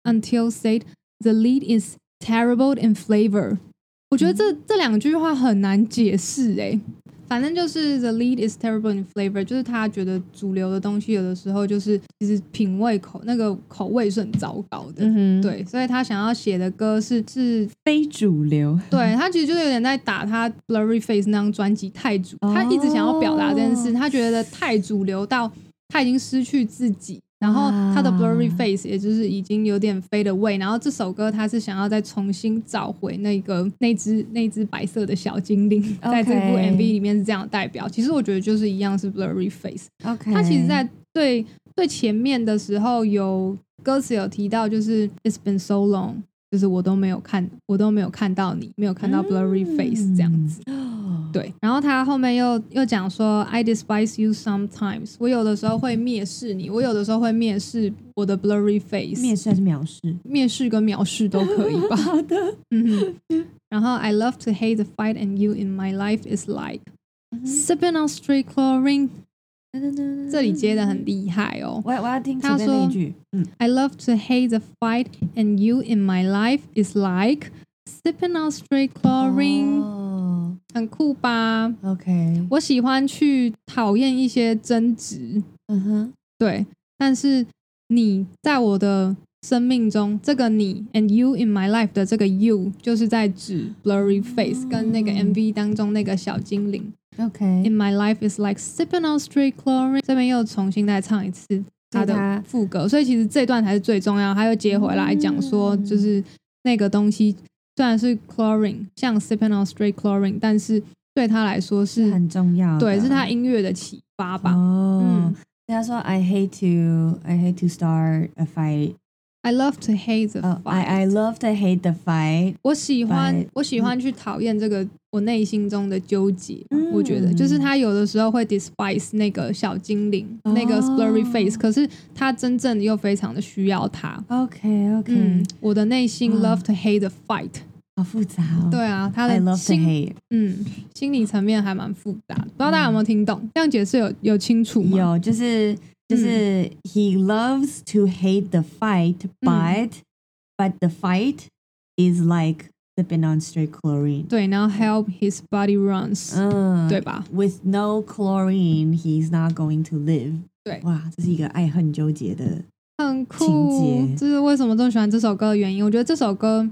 Speaker 2: until 嗯 said the lead is terrible in flavor。我觉得这这两句话很难解释哎、反正就是 the lead is terrible in flavor，就是他觉得主流的东西有的时候就是其实品味口那个口味是很糟糕的。
Speaker 1: 哼，
Speaker 2: 对，所以他想要写的歌是是
Speaker 1: 非主流。
Speaker 2: 对他其实就是有点在打他 Blurry Face 那张专辑太主，他一直想要表达这件事，
Speaker 1: 哦
Speaker 2: 他觉得太主流到他已经失去自己，然后他的
Speaker 1: 哇
Speaker 2: Blurry Face 也就是已经有点 fade away，然后这首歌他是想要再重新找回那个那只那只白色的小精灵，
Speaker 1: OK
Speaker 2: 在这部 MV 里面是这样的代表。其实我觉得就是一样是 Blurry Face，
Speaker 1: OK，
Speaker 2: 他其实
Speaker 1: 嗯
Speaker 2: 在最最前面的时候有歌词有提到，就是 It's been so long，就是我都没有看，我都没有看到你，没有看到 blurry face 这样子。
Speaker 1: 嗯
Speaker 2: 对，然后他后面又又讲说，I despise you sometimes，我有的时候会蔑视你，我有的时候会蔑视我的 blurry face，
Speaker 1: 蔑视还是藐
Speaker 2: <laughs>
Speaker 1: 视？
Speaker 2: 蔑视跟藐视都可以
Speaker 1: <laughs>
Speaker 2: 吧。
Speaker 1: 好的，
Speaker 2: 嗯哼，然后 I love to hate the fight and you in my life
Speaker 1: <laughs>
Speaker 2: is like sipping on street chlorine，这里接的
Speaker 1: 嗯
Speaker 2: 很厉害哦。
Speaker 1: 我我要听前
Speaker 2: 他
Speaker 1: 面那
Speaker 2: 说
Speaker 1: 一句，嗯
Speaker 2: I love to hate the fight, and you in my life is like sipping on straight
Speaker 1: Oh.
Speaker 2: chlorine，、
Speaker 1: 哦
Speaker 2: 很酷吧？
Speaker 1: ，OK，
Speaker 2: 我喜欢去讨厌一些争执，
Speaker 1: 嗯哼，
Speaker 2: 对，但是你在我的生命中，这个你 and you in my life 的这个 you，就是在指 blurry face 跟那个 MV 当中那个小精灵。
Speaker 1: ，OK，
Speaker 2: In my life is like sipping on straight chlorine。这边又重新再唱一次它
Speaker 1: 对它
Speaker 2: 的副歌，所以其实这段才是最重要。它又接回来讲说，
Speaker 1: 嗯
Speaker 2: 就是那个东西虽然是 chlorine，像 sipping on straight chlorine，但是对他来说是
Speaker 1: 很重要的，
Speaker 2: 对，是他音乐的启发吧。
Speaker 1: 哦
Speaker 2: 嗯。
Speaker 1: 对他说，I hate to, I hate to start a fight.
Speaker 2: I love to hate the
Speaker 1: 哦
Speaker 2: fight
Speaker 1: I 嗯 I love to hate the fight.
Speaker 2: 我喜欢
Speaker 1: But-
Speaker 2: 我喜欢去讨厌这个我内心中的纠结吧，
Speaker 1: 嗯
Speaker 2: 我觉得就是他有的时候会 despise 那个小精灵，
Speaker 1: 哦
Speaker 2: 那个 blurry face，可是他真正又非常的需要他。
Speaker 1: OK OK，、
Speaker 2: 嗯，我的内心
Speaker 1: 哇
Speaker 2: love to hate the fight，
Speaker 1: 好复杂哦。
Speaker 2: 对啊，他
Speaker 1: ，I love
Speaker 2: 的
Speaker 1: to
Speaker 2: 心
Speaker 1: hate。
Speaker 2: 嗯心理层面还蛮复杂的，不知道大家有没有听懂？这样解释有有清楚吗？
Speaker 1: 嗯有，就是就是、he loves to hate the fight, but、but the fight is like sipping on straight chlorine.
Speaker 2: 对，然后 help his body runs，、
Speaker 1: 嗯，
Speaker 2: 对吧？
Speaker 1: ？With no chlorine, he's not going to live.
Speaker 2: 对
Speaker 1: 哇，这是一个爱恨纠结的。情
Speaker 2: 很酷
Speaker 1: 节，
Speaker 2: 这是为什么这么喜欢这首歌的原因。我觉得这首歌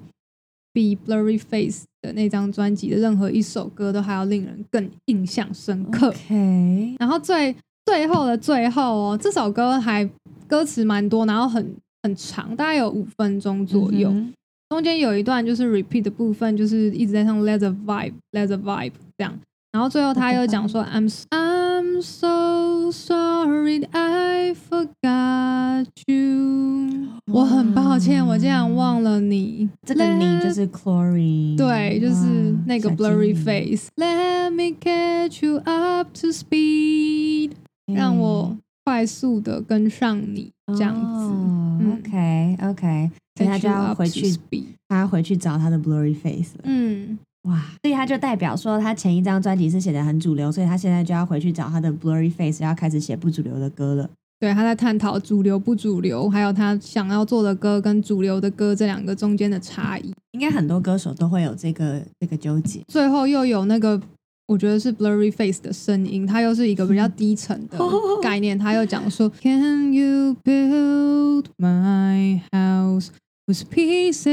Speaker 2: 比 Blurry Face 的那张专辑的任何一首歌都还要令人更印象深刻。
Speaker 1: OK，
Speaker 2: 然后最最后的最后哦，这首歌还歌词蛮多，然后很很长，大概有五分钟左右。
Speaker 1: 嗯
Speaker 2: 中间有一段就是 repeat 的部分，就是一直在唱 let the vibe let the vibe 这样，然后最后他又讲
Speaker 1: <laughs>
Speaker 2: 说 I'm I'm so sorry I forgot you，我很抱歉，我竟然忘了你。
Speaker 1: 这个你就
Speaker 2: Let-
Speaker 1: 是 Chlorine，
Speaker 2: 对，就是
Speaker 1: 哇
Speaker 2: 那个
Speaker 1: 小精
Speaker 2: blurry
Speaker 1: 灵
Speaker 2: face。Let me catch you up to speed，让
Speaker 1: 嗯
Speaker 2: 我快速的跟上你，这样
Speaker 1: 哦
Speaker 2: 子。嗯
Speaker 1: OK OK，所以他
Speaker 2: Catch
Speaker 1: 就
Speaker 2: you
Speaker 1: 要
Speaker 2: up
Speaker 1: 回
Speaker 2: to
Speaker 1: 去，
Speaker 2: speed
Speaker 1: 他要回去找他的 blurry face 了。
Speaker 2: 嗯，
Speaker 1: 哇，所以他就代表说，他前一张专辑是写的很主流，所以他现在就要回去找他的 blurry face，要开始写不主流的歌了。
Speaker 2: 对，他在探讨主流不主流，还有他想要做的歌跟主流的歌这两个中间的差异。
Speaker 1: 应该很多歌手都会有这个这个纠结。
Speaker 2: 最后又有那个。我觉得是 blurry face 的声音，它又是一个比较低沉的概念。他又讲说，Can you build my house with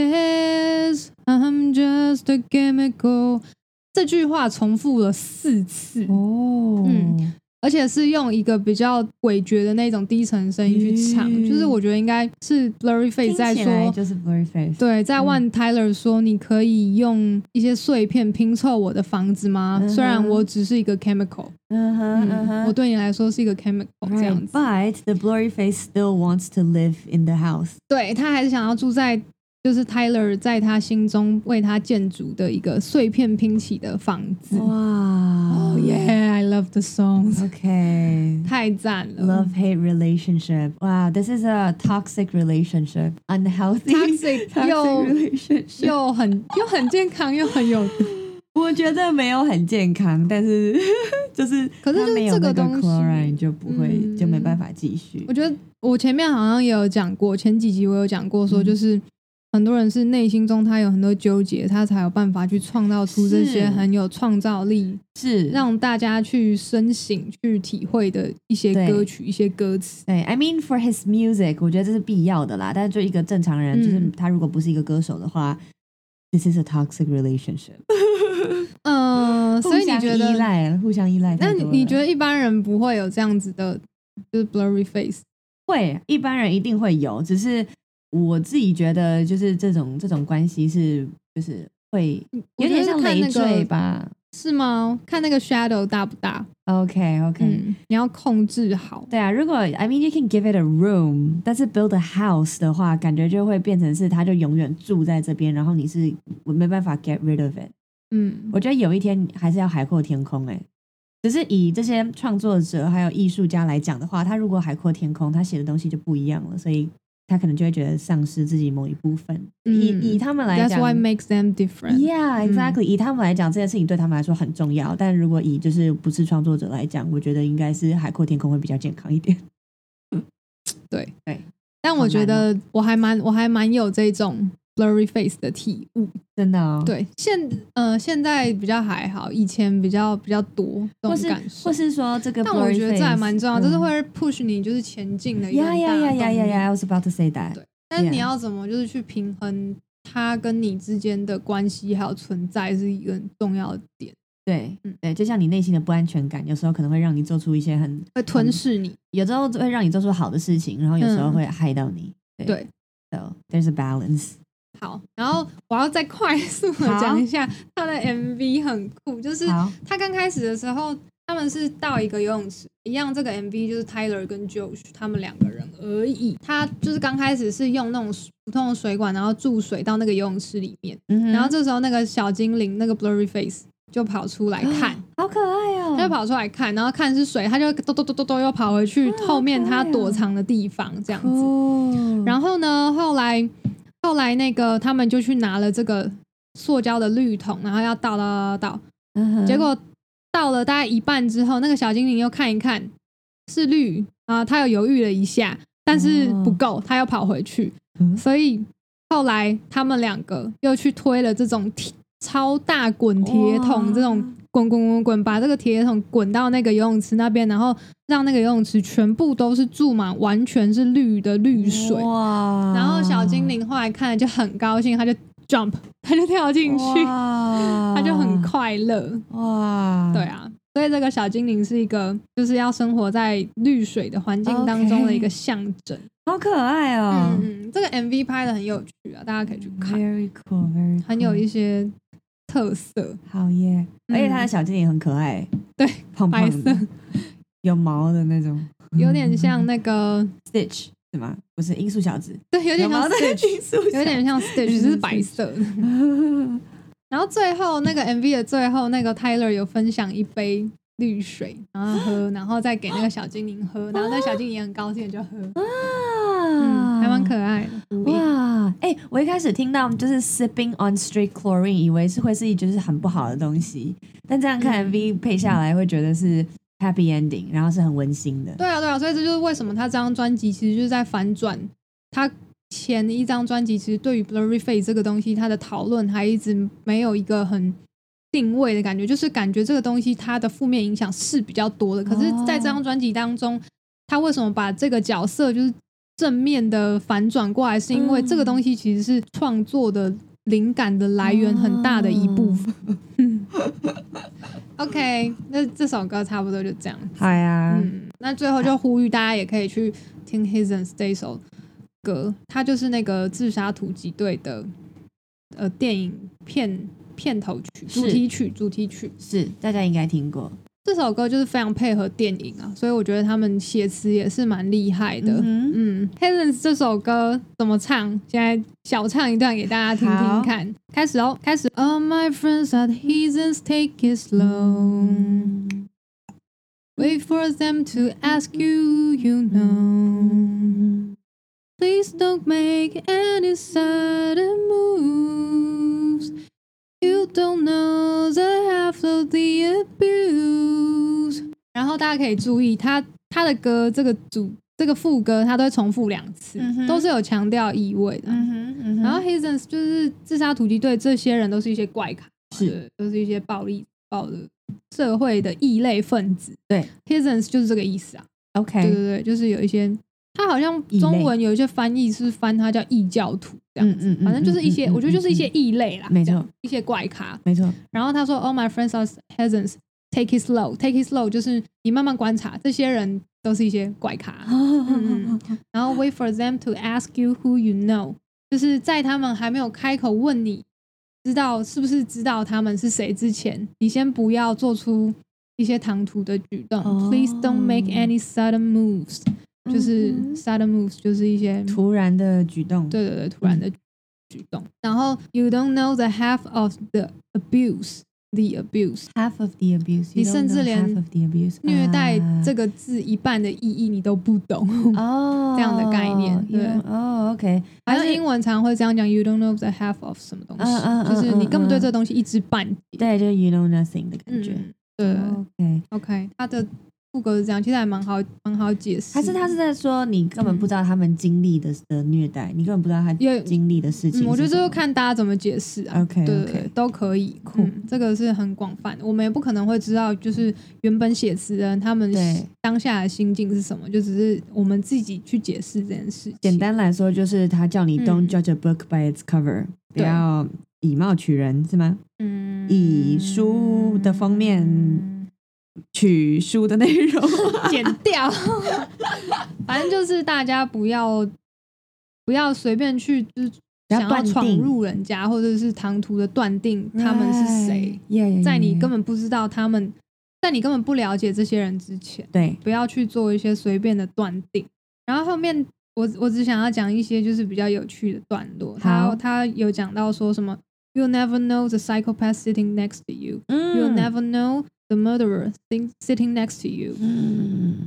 Speaker 2: pieces? I'm just a chemical。这句话重复了四次，
Speaker 1: 哦
Speaker 2: 嗯，而且是用一个比较诡谲的那种低沉声音去唱，
Speaker 1: 嗯
Speaker 2: 就是我觉得应该是 blurry
Speaker 1: 听
Speaker 2: face 在
Speaker 1: 起来
Speaker 2: 说，
Speaker 1: 就是 blurry face。
Speaker 2: 对，在
Speaker 1: 嗯
Speaker 2: One Tyler 说，你可以用一些碎片拼凑我的房子吗？
Speaker 1: 嗯哼
Speaker 2: 虽然我只是一个 chemical，
Speaker 1: 嗯哼嗯
Speaker 2: 嗯，我
Speaker 1: 哼。
Speaker 2: 对你来说是一个 chemical 这样
Speaker 1: Right,
Speaker 2: 子。
Speaker 1: but the blurry face still wants to live in the house.
Speaker 2: 对他还是想要住在，就是 Tyler 在他心中为他建筑的一个碎片拼起的房子。
Speaker 1: 哦哇
Speaker 2: Oh yeah, I love the songs，
Speaker 1: ，OK。
Speaker 2: 太赞了
Speaker 1: Love hate relationship. Wow, this is a toxic relationship. Unhealthy
Speaker 2: <laughs> Toxic
Speaker 1: <laughs> toxic
Speaker 2: 又
Speaker 1: relationship.
Speaker 2: 又很又很健康，又
Speaker 1: <laughs>
Speaker 2: 很有
Speaker 1: 我觉得没有很健康，但是 <laughs> 就是
Speaker 2: 可是就是
Speaker 1: 它没有
Speaker 2: 这个
Speaker 1: 那
Speaker 2: 东西
Speaker 1: chlorine 就不会、
Speaker 2: 嗯
Speaker 1: 就没办法继续
Speaker 2: 我。觉得我前面好像也有讲过，前几集我有讲过，
Speaker 1: 嗯
Speaker 2: 说就是很多人是内心中他有很多纠结，他才有办法去创造出这些
Speaker 1: 是
Speaker 2: 很有创造力，
Speaker 1: 是
Speaker 2: 让大家去深省、去体会的一些
Speaker 1: 对
Speaker 2: 歌曲、一些歌词。
Speaker 1: 对，I mean for his music，我觉得这是必要的啦。但是就一个正常人，
Speaker 2: 嗯
Speaker 1: 就是他如果不是一个歌手的话，this is a toxic relationship。
Speaker 2: 嗯， <laughs> 所以你
Speaker 1: 互
Speaker 2: 觉
Speaker 1: 相依
Speaker 2: 得？
Speaker 1: 赖，互相依赖
Speaker 2: 那
Speaker 1: 太多
Speaker 2: 你
Speaker 1: 了。
Speaker 2: 你觉得一般人不会有这样子的，就是 blurry face？
Speaker 1: 会？一般人一定会有，只是我自己觉得，就是这种这种关系是就是会
Speaker 2: 嗯我
Speaker 1: 有
Speaker 2: 觉得
Speaker 1: 点
Speaker 2: 是
Speaker 1: 像
Speaker 2: 看
Speaker 1: 累
Speaker 2: 那
Speaker 1: 赘
Speaker 2: 个？
Speaker 1: 吧。
Speaker 2: 是吗？看那个 shadow 大不大？
Speaker 1: OK OK，、
Speaker 2: 嗯，你要控制好。
Speaker 1: 对啊，如果 I mean you can give it a room，但是 build a house 的话，感觉就会变成是他就永远住在这边，然后你是我没办法 get rid of it。
Speaker 2: 嗯，
Speaker 1: 我觉得有一天还是要海阔天空哎、只是以这些创作者还有艺术家来讲的话，他如果海阔天空，他写的东西就不一样了，所以他可能就会觉得丧失自己某一部分。
Speaker 2: 嗯
Speaker 1: 以以他们来
Speaker 2: That's
Speaker 1: 讲
Speaker 2: why makes them different.
Speaker 1: Yeah, exactly、以他们来讲，这件事情对他们来说很重要。但如果以就是不是创作者来讲，我觉得应该是海阔天空会比较健康
Speaker 2: <laughs>
Speaker 1: 一点。
Speaker 2: 对
Speaker 1: 对，
Speaker 2: 但
Speaker 1: 好
Speaker 2: 我觉
Speaker 1: 难哦
Speaker 2: 得我还蛮我还蛮有这种 blurry face 的体悟。
Speaker 1: 真的哦。
Speaker 2: 对，现呃现在比较还好，以前比较比较多这
Speaker 1: 或
Speaker 2: 种
Speaker 1: 是
Speaker 2: 感受
Speaker 1: 或。是说这个嗯 blurry face，
Speaker 2: 但
Speaker 1: 嗯，
Speaker 2: 我觉得这还蛮重要，就是会 push 你就是前进的一个
Speaker 1: 呀
Speaker 2: 很
Speaker 1: 呀
Speaker 2: 大
Speaker 1: 呀
Speaker 2: 的
Speaker 1: 呀
Speaker 2: 动
Speaker 1: 呀
Speaker 2: 力
Speaker 1: 呀！I was about to say that
Speaker 2: 对。但
Speaker 1: Yeah
Speaker 2: 你要怎么就是去平衡它跟你之间的关系还有存在，是一个很重要的点，
Speaker 1: 对
Speaker 2: 嗯
Speaker 1: 对，就像你内心的不安全感，有时候可能会让你做出一些很，
Speaker 2: 会吞噬你。
Speaker 1: 有时候会让你做出好的事情，然后有时候
Speaker 2: 嗯
Speaker 1: 会害到你。
Speaker 2: 对。
Speaker 1: So there's a balance。
Speaker 2: 好，然后我要再快速的
Speaker 1: 好
Speaker 2: 讲一下他的 MV 很酷，就是
Speaker 1: 好
Speaker 2: 他刚开始的时候，他们是到一个游泳池，一样这个 MV 就是 Tyler 跟 Josh 他们两个人而已。他就是刚开始是用那种普通的水管，然后注水到那个游泳池里面，
Speaker 1: 嗯哼
Speaker 2: 然后这时候那个小精灵那个 Blurry Face 就跑出来看。
Speaker 1: <gasps> 好可爱哦，
Speaker 2: 他就跑出来看，然后看是谁，他就咚咚咚咚咚又跑回去后面他躲藏的地方，这样子。
Speaker 1: 哦，
Speaker 2: 然后呢，后来后来那个他们就去拿了这个塑胶的绿桶，然后要倒倒倒倒
Speaker 1: 嗯哼
Speaker 2: 倒，结果倒了大概一半之后，那个小精灵又看一看是绿啊，他又犹豫了一下，但是不够，他又跑回去，
Speaker 1: 哦嗯
Speaker 2: 所以后来他们两个又去推了这种铁超大滚铁
Speaker 1: 哇
Speaker 2: 桶，这种滚滚滚滚，把这个铁桶滚到那个游泳池那边，然后让那个游泳池全部都是注满，完全是绿的绿水。
Speaker 1: 哇，
Speaker 2: 然后小精灵后来看了就很高兴，他就 <laughs> jump，他就跳进去，
Speaker 1: 哇
Speaker 2: 他就很快乐。
Speaker 1: 哇，
Speaker 2: 对啊，所以这个小精灵是一个就是要生活在绿水的环境当中的一个
Speaker 1: OK
Speaker 2: 象征。
Speaker 1: 好可爱哦、
Speaker 2: 嗯嗯，这个 MV 拍的很有趣啊，大家可以去看，
Speaker 1: Very cool, very cool
Speaker 2: 很有一些特色。
Speaker 1: 好耶！
Speaker 2: 嗯
Speaker 1: 而且它的小精灵很可爱，
Speaker 2: 对，
Speaker 1: 胖
Speaker 2: 白
Speaker 1: 胖
Speaker 2: 色
Speaker 1: 的，有毛的那种
Speaker 2: 有点
Speaker 1: 嗯
Speaker 2: 像那个，
Speaker 1: Stitch 是吗？不是音速小子，
Speaker 2: 对，有点
Speaker 1: 有
Speaker 2: 像
Speaker 1: 毛的 <laughs>
Speaker 2: Stitch，
Speaker 1: 音速小子，
Speaker 2: 有点像
Speaker 1: <laughs>
Speaker 2: Stitch，只是白色的。嗯然后最后那个 MV 的最后，那个 Tyler 有分享一杯绿水，然后喝，然后再给那个小精灵喝，然后那小精灵也很高兴地就喝，嗯，
Speaker 1: 啊，
Speaker 2: 还蛮可爱的。呼应
Speaker 1: 哇，哎、我一开始听到就是 sipping on street chlorine，以为是会是一就是很不好的东西，但这样
Speaker 2: 嗯
Speaker 1: 看 MV 配下来，会觉得是 happy ending，然后是很温馨的。
Speaker 2: 对啊，对啊，所以这就是为什么他这张专辑其实就是在反转他前一张专辑，其实对于 blurry face 这个东西，他的讨论还一直没有一个很定位的感觉，就是感觉这个东西它的负面影响是比较多的。可是
Speaker 1: 哦
Speaker 2: 在这张专辑当中，他为什么把这个角色就是正面的反转过来，是因为
Speaker 1: 嗯
Speaker 2: 这个东西其实是创作的灵感的来源很大的一部分。OK，那这首歌差不多就这样。
Speaker 1: 好呀，
Speaker 2: 嗯，那最后就呼吁大家也可以去听 His and s 这一首歌，它就是那个自杀突击队的呃电影片片头曲、
Speaker 1: 是
Speaker 2: 主题曲、主题曲。
Speaker 1: 是大家应该听过
Speaker 2: 这首歌就是非常配合电影啊，所以我觉得他们写词也是蛮厉害的。
Speaker 1: 嗯哼
Speaker 2: 嗯 h e l e n s 这首歌怎么唱？现在小唱一段给大家听听看。开始哦，开始。All my friends are heathens, take it slow. Wait for them to ask you, you know. Please don't make any sudden moves. You don't know the half of the abuse. 然后大家可以注意，他他的歌这个主这个副歌，他都会重复两次，
Speaker 1: 嗯哼
Speaker 2: 都是有强调意味的。
Speaker 1: 哼，嗯哼
Speaker 2: 然后 Hazens 就是自杀突击队，这些人都是一些怪咖，
Speaker 1: 是
Speaker 2: 对都是一些暴力暴的社会的异类分子。
Speaker 1: 对
Speaker 2: ，Hazens 就是这个意思啊。对
Speaker 1: OK，
Speaker 2: 对对，就是有一些，他好像
Speaker 1: 哎异类
Speaker 2: 中文有一些翻译是翻他叫异教徒这样子，
Speaker 1: 嗯嗯嗯
Speaker 2: 反正就是一些，
Speaker 1: 嗯嗯嗯
Speaker 2: 我觉得就是一些异类啦，
Speaker 1: 没错
Speaker 2: 这样，一些怪咖。
Speaker 1: 没错，
Speaker 2: 然后他说，All my friends are Hazens。Take it slow, take it slow，就是你慢慢观察，这些人都是一些怪咖。嗯然后 wait for them to ask you who you know，就是在他们还没有开口问你知道是不是知道他们是谁之前，你先不要做出一些唐突的举动。
Speaker 1: 哦
Speaker 2: Please don't make any sudden moves，就是
Speaker 1: 嗯哼
Speaker 2: sudden moves 就是一些
Speaker 1: 突然的举动，
Speaker 2: 对对对突然的举动。然后 you don't know the half of the abuse，the abuse。
Speaker 1: ，half of the abuse，
Speaker 2: 你甚至连
Speaker 1: half of the abuse
Speaker 2: 虐待
Speaker 1: 啊
Speaker 2: 这个字一半的意义你都不懂，
Speaker 1: <laughs> 哦
Speaker 2: 这样的概念
Speaker 1: you
Speaker 2: 对
Speaker 1: don't- 哦，OK，
Speaker 2: 好
Speaker 1: 还
Speaker 2: 像
Speaker 1: 是
Speaker 2: 英文常会这样讲，you don't know the half of 什么东西，
Speaker 1: 嗯嗯嗯
Speaker 2: 就是你根本对
Speaker 1: 嗯嗯
Speaker 2: 这个东西一知半解。
Speaker 1: 对，就是 you know nothing 的感觉。
Speaker 2: 嗯，对
Speaker 1: OK，
Speaker 2: ，OK，它的副歌是这样，其实还蛮好，蛮好解释。嗯
Speaker 1: 还是他是在说你根本不知道他们经历的的虐待，你根本不知道他
Speaker 2: 也
Speaker 1: 经历的事情是
Speaker 2: 嗯，
Speaker 1: 什么。
Speaker 2: 我觉得这就看大家怎么解释啊。
Speaker 1: OK，
Speaker 2: 对
Speaker 1: OK
Speaker 2: 对对，都可以。
Speaker 1: 酷
Speaker 2: 嗯这个是很广泛的，我们也不可能会知道，就是原本写词人他们
Speaker 1: 对
Speaker 2: 当下的心境是什么，就只是我们自己去解释这件事情。
Speaker 1: 简单来说，就是他叫你
Speaker 2: 嗯
Speaker 1: don't judge a book by its cover，不
Speaker 2: 对
Speaker 1: 要以貌取人，是吗？
Speaker 2: 嗯，
Speaker 1: 以书的封面取书的内容。
Speaker 2: 剪掉。 <laughs> 反正就是大家不要不要随便去，就是
Speaker 1: 不要
Speaker 2: 想要
Speaker 1: 断定
Speaker 2: 闯入人家，或者是唐突的断定 <laughs> 他们
Speaker 1: <laughs>
Speaker 2: 是谁，
Speaker 1: Right，yeah，yeah，yeah，
Speaker 2: 在你
Speaker 1: yeah，
Speaker 2: 根本不知道他们，在你根本不了解这些人之前，
Speaker 1: 对
Speaker 2: 不要去做一些随便的断定。然后后面。我我只想要讲一些就是比较有趣的段落，他
Speaker 1: 好
Speaker 2: 他有讲到说什么，You never know the psychopath sitting next to you，You'll
Speaker 1: 嗯
Speaker 2: never know the murderer sitting sitting next to you，、
Speaker 1: 嗯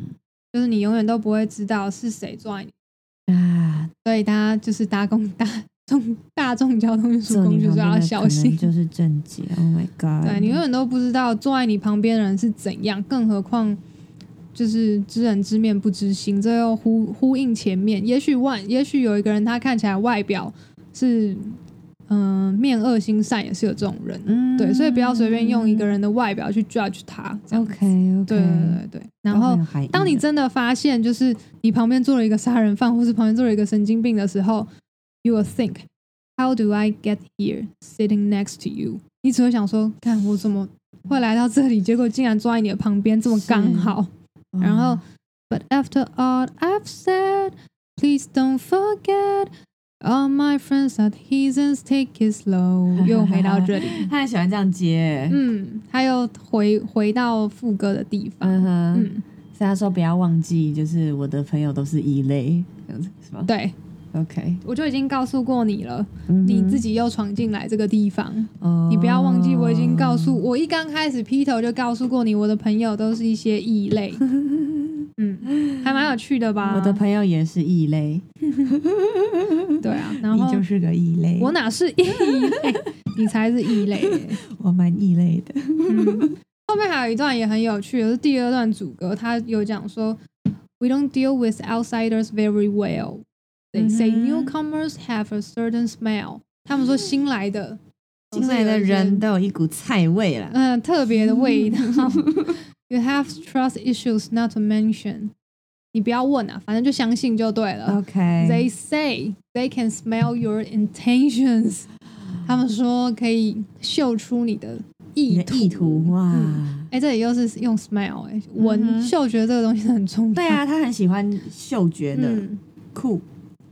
Speaker 2: 就是你永远都不会知道是谁坐在你，
Speaker 1: <sighs> 啊，
Speaker 2: 所以大家就是搭公 <laughs> 大众大众交通运输
Speaker 1: 坐
Speaker 2: 工
Speaker 1: 你
Speaker 2: 具
Speaker 1: 旁
Speaker 2: 就
Speaker 1: 边
Speaker 2: 要
Speaker 1: 的
Speaker 2: 小
Speaker 1: 可
Speaker 2: 心
Speaker 1: 能。就是正解。Oh my god！
Speaker 2: 对你永远都不知道坐在你旁边的人是怎样，更何况就是知人知面不知心，这又呼呼应前面。也许万，也许有一个人他看起来外表是嗯、呃面恶心善，也是有这种人。
Speaker 1: 嗯
Speaker 2: 对，所以不要随便用一个人的外表去 judge 他。这样子
Speaker 1: OK OK，
Speaker 2: 对对对对，然后当
Speaker 1: 嗯
Speaker 2: 你真的发现，就是你旁边坐了一个杀人犯，或是旁边坐了一个神经病的时候，you will think how do I get here sitting next to you？你只会想说，看我怎么会来到这里，结果竟然坐在你的旁边，这么刚好。
Speaker 1: 嗯
Speaker 2: 然
Speaker 1: 哦
Speaker 2: 后，But after all I've said, please don't forget. All my friends are heathens, take it
Speaker 1: <laughs>
Speaker 2: slow。又回到这里，
Speaker 1: 他很喜欢这样接，
Speaker 2: 嗯，他又回回到副歌的地方，
Speaker 1: 嗯哼，
Speaker 2: 嗯，
Speaker 1: 所以他说不要忘记，就是我的朋友都是异类，这样子是吗
Speaker 2: 对，
Speaker 1: ？OK，
Speaker 2: 我就已经告诉过你了，
Speaker 1: 嗯哼
Speaker 2: 你自己又闯进来这个地方，
Speaker 1: 哦
Speaker 2: 你不要忘记，我已经告诉我一刚开始劈头就告诉过你，我的朋友都是一些异
Speaker 1: <laughs>
Speaker 2: 类，嗯，还蛮有趣的吧？
Speaker 1: 我的朋友也是异类，
Speaker 2: 对啊，然
Speaker 1: 你
Speaker 2: 后
Speaker 1: 就是个异类，
Speaker 2: 我哪是异类，你才是
Speaker 1: <laughs>
Speaker 2: 异类耶、
Speaker 1: 我蛮异类的。
Speaker 2: 嗯，后面还有一段也很有趣，是第二段主歌，他有讲说，We don't deal with outsiders very well. They say
Speaker 1: 嗯哼
Speaker 2: newcomers have a certain smell. 他们说新来的，
Speaker 1: 进来的人都有一股菜味啦。
Speaker 2: 嗯、特别的味道。you
Speaker 1: 嗯
Speaker 2: <laughs> have trust issues not to mention. 你不要问啊，反正就相信就对了。
Speaker 1: OK，
Speaker 2: They say they can smell your intentions. 他们说可以嗅出你的意
Speaker 1: 你
Speaker 2: 图。
Speaker 1: 的意图哇，
Speaker 2: 哎、这里又是用 smell 哎、闻、
Speaker 1: 嗯哼
Speaker 2: 嗅觉这个东西很重要。
Speaker 1: 对啊，他很喜欢嗅觉的
Speaker 2: 嗯，
Speaker 1: 酷，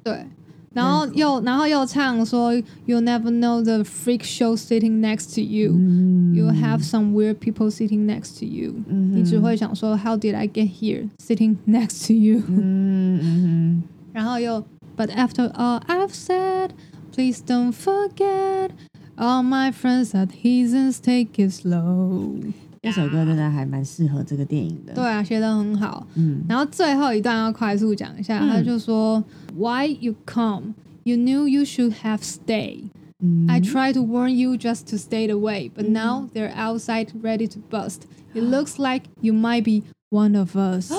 Speaker 2: 对。然后又然后又唱说，You never know the freak show sitting next to you.
Speaker 1: 嗯
Speaker 2: You have some weird people sitting next to you.
Speaker 1: 嗯哼
Speaker 2: 你只会想说，How did I get here? Sitting <laughs> next to you.
Speaker 1: Mm. 嗯嗯
Speaker 2: 然后又，But after all I've said, please don't forget. All my friends are heathens. Take it slow.
Speaker 1: 哼，这首歌真的还蛮适合这个电影的。
Speaker 2: 对，啊，学得很好。
Speaker 1: 嗯
Speaker 2: 然后最后一段要快速讲一下，
Speaker 1: 嗯
Speaker 2: 他就说：“Why you come? You knew you should have stayed.
Speaker 1: 嗯
Speaker 2: I tried to warn you just to stay away,
Speaker 1: Mm.
Speaker 2: but now they're outside ready to bust.
Speaker 1: <gasps>
Speaker 2: It looks like you might be one of us.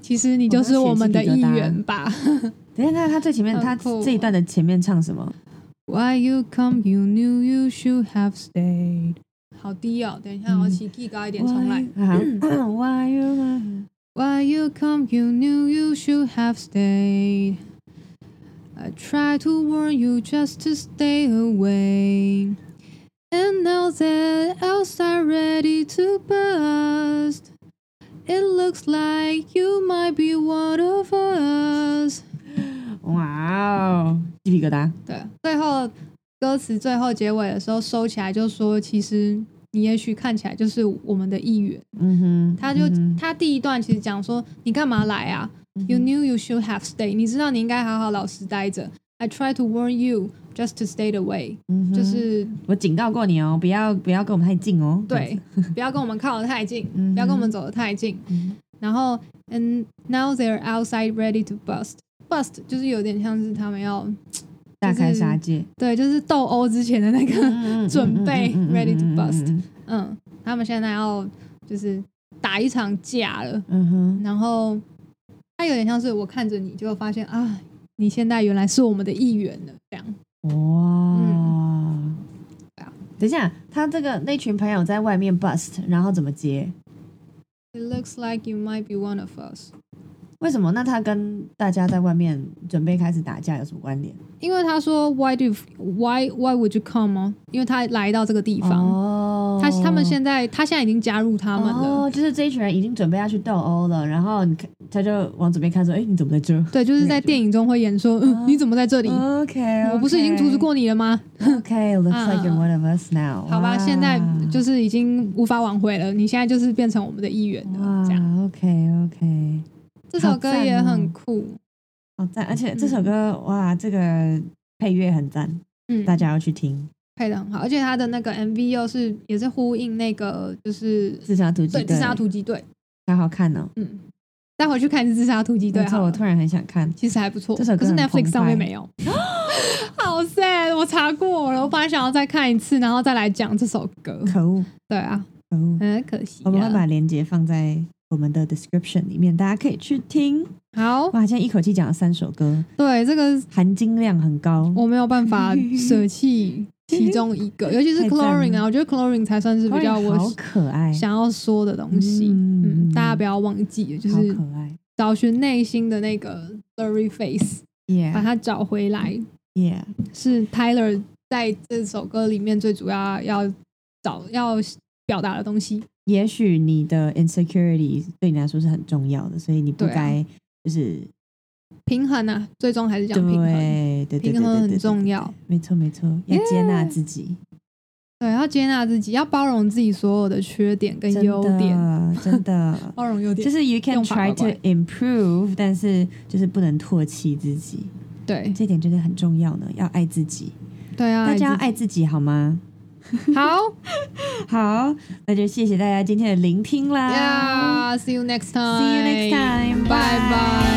Speaker 2: 其实你就是我们的一员吧。
Speaker 1: <gasps> 等一下，那他最前面，
Speaker 2: 很
Speaker 1: 他
Speaker 2: 酷
Speaker 1: 这一段的前面唱什么？
Speaker 2: <laughs> Why you come? You knew you should have stayed.” 好低哦，等一下我起 key 高一点，重来。
Speaker 1: 好啊
Speaker 2: 嗯
Speaker 1: <coughs> Why you my-
Speaker 2: Why you come, you knew you should have stayed. I tried to warn you just to stay away. And now they're outside ready to burst. It looks like you might be one of us.
Speaker 1: 哇哦，鸡皮疙瘩。
Speaker 2: 对，最后歌词最后结尾的时候收起来，就说其实你也许看起来就是我们的一员。
Speaker 1: 嗯哼，
Speaker 2: 他就、
Speaker 1: 嗯
Speaker 2: 他第一段其实讲说，你干嘛来啊、y o u knew you should have stayed，你知道你应该好好老实待着。I tried to warn you just to stay away，、
Speaker 1: 嗯哼
Speaker 2: 就是
Speaker 1: 我警告过你哦，不要不要跟我们太近哦。
Speaker 2: 对，不要跟我们靠得太近，
Speaker 1: <laughs> 嗯哼
Speaker 2: 不要跟我们走得太近。然后，and now they're outside ready to bust。Bust 就是有点像是他们要
Speaker 1: 大开杀戒，
Speaker 2: 对，就是斗殴之前的那个，
Speaker 1: 嗯
Speaker 2: 准备 ready to bust
Speaker 1: 嗯
Speaker 2: 嗯，他们现在要就是打一场架了。
Speaker 1: 嗯哼，
Speaker 2: 然后他有点像是我看着你，就发现啊，你现在原来是我们的一员了，这样。嗯
Speaker 1: 哇，等一下，他这个那群朋友在外面 bust，然后怎么接？
Speaker 2: It looks like you might be one of us，
Speaker 1: 为什么？那他跟大家在外面准备开始打架有什么关联？
Speaker 2: 因为他说 Why do you- Why Why would you come 哦？因为他来到这个地方，
Speaker 1: 哦
Speaker 2: 他他们现在他现在已经加入他们了。
Speaker 1: 哦，就是这一群人已经准备要去斗殴了，然后你看他就往左边看说：“哎、你怎么在这
Speaker 2: 对，就是在电影中会演说，嗯，你怎么在这里？
Speaker 1: 哦？”OK，
Speaker 2: 我不是已经阻止过你了吗？
Speaker 1: ？OK，looks
Speaker 2: 啊
Speaker 1: like
Speaker 2: <laughs>
Speaker 1: you're one of us now。
Speaker 2: 好吧，
Speaker 1: 哇
Speaker 2: 现在就是已经无法挽回了，你现在就是变成我们的一员了。
Speaker 1: 哇
Speaker 2: 这样，
Speaker 1: ，OK，OK，
Speaker 2: 这首歌
Speaker 1: 好赞哦
Speaker 2: 也很酷，
Speaker 1: 好赞！而且这首歌、哇，这个配乐很赞，
Speaker 2: 嗯，
Speaker 1: 大家要去听
Speaker 2: 配的很好，而且他的那个 MV 又是也是呼应那个就是
Speaker 1: 《自杀突击
Speaker 2: 对
Speaker 1: 队》，
Speaker 2: 自杀突击队，
Speaker 1: 好好看哦。
Speaker 2: 嗯，待会去看自杀突击队
Speaker 1: 没错，
Speaker 2: 好
Speaker 1: 我
Speaker 2: 了，
Speaker 1: 突然很想看。
Speaker 2: 其实还不错，
Speaker 1: 这首歌
Speaker 2: 可是
Speaker 1: 很澎
Speaker 2: Netflix
Speaker 1: 湃
Speaker 2: 上
Speaker 1: <gasps>
Speaker 2: 面没有，好 sad，我查过了，我本来想要再看一次，然后再来讲这首歌，
Speaker 1: 可恶，
Speaker 2: 对啊，
Speaker 1: 可恶！
Speaker 2: 很可惜
Speaker 1: 我们会
Speaker 2: 啊。
Speaker 1: 把链接放在我们的 description 里面，大家可以去听。
Speaker 2: 好，
Speaker 1: 哇，现在一口气讲了三首歌，
Speaker 2: 对这个
Speaker 1: 含金量很高。
Speaker 2: 我没有办
Speaker 1: <laughs>
Speaker 2: 法舍弃其中一个，尤其是
Speaker 1: 太赞了
Speaker 2: Chlorine 啊，我觉得 Chlorine 才算是比较
Speaker 1: 好
Speaker 2: 我
Speaker 1: 可爱，
Speaker 2: 想要说的东西，
Speaker 1: 嗯
Speaker 2: 嗯，大家不要忘记，就
Speaker 1: 好
Speaker 2: 是
Speaker 1: 可爱。
Speaker 2: 找寻内心的那个 blurry face，把
Speaker 1: Yeah,
Speaker 2: 它找回来，
Speaker 1: yeah，
Speaker 2: 是 Tyler 在这首歌里面最主要要找要表达的东西。
Speaker 1: 也许你的 insecurity 对你来说是很重要的，所以你不
Speaker 2: 对啊
Speaker 1: 该就是
Speaker 2: 平衡啊，最终还是讲平衡。
Speaker 1: 对对对对
Speaker 2: 平衡
Speaker 1: 对
Speaker 2: 很
Speaker 1: 对
Speaker 2: 重
Speaker 1: 对
Speaker 2: 要，
Speaker 1: 没错没错，要接纳自己，
Speaker 2: 对，要接纳自己，要包容自己所有的缺点跟
Speaker 1: 真
Speaker 2: 优点，，
Speaker 1: 的真的
Speaker 2: <laughs> 包容优点
Speaker 1: 就是 you can
Speaker 2: 用法
Speaker 1: try
Speaker 2: 怪
Speaker 1: to
Speaker 2: 怪
Speaker 1: improve，但是就是不能唾弃自己，
Speaker 2: 对
Speaker 1: 这点真的很重要呢，要爱自己，
Speaker 2: 对啊，
Speaker 1: 大家要
Speaker 2: 爱
Speaker 1: 爱自己好吗？
Speaker 2: 自己
Speaker 1: <laughs>
Speaker 2: 好
Speaker 1: 好，那就谢谢大家今天的聆听啦
Speaker 2: 呀，See you next time，
Speaker 1: ，See you next time，
Speaker 2: 拜拜。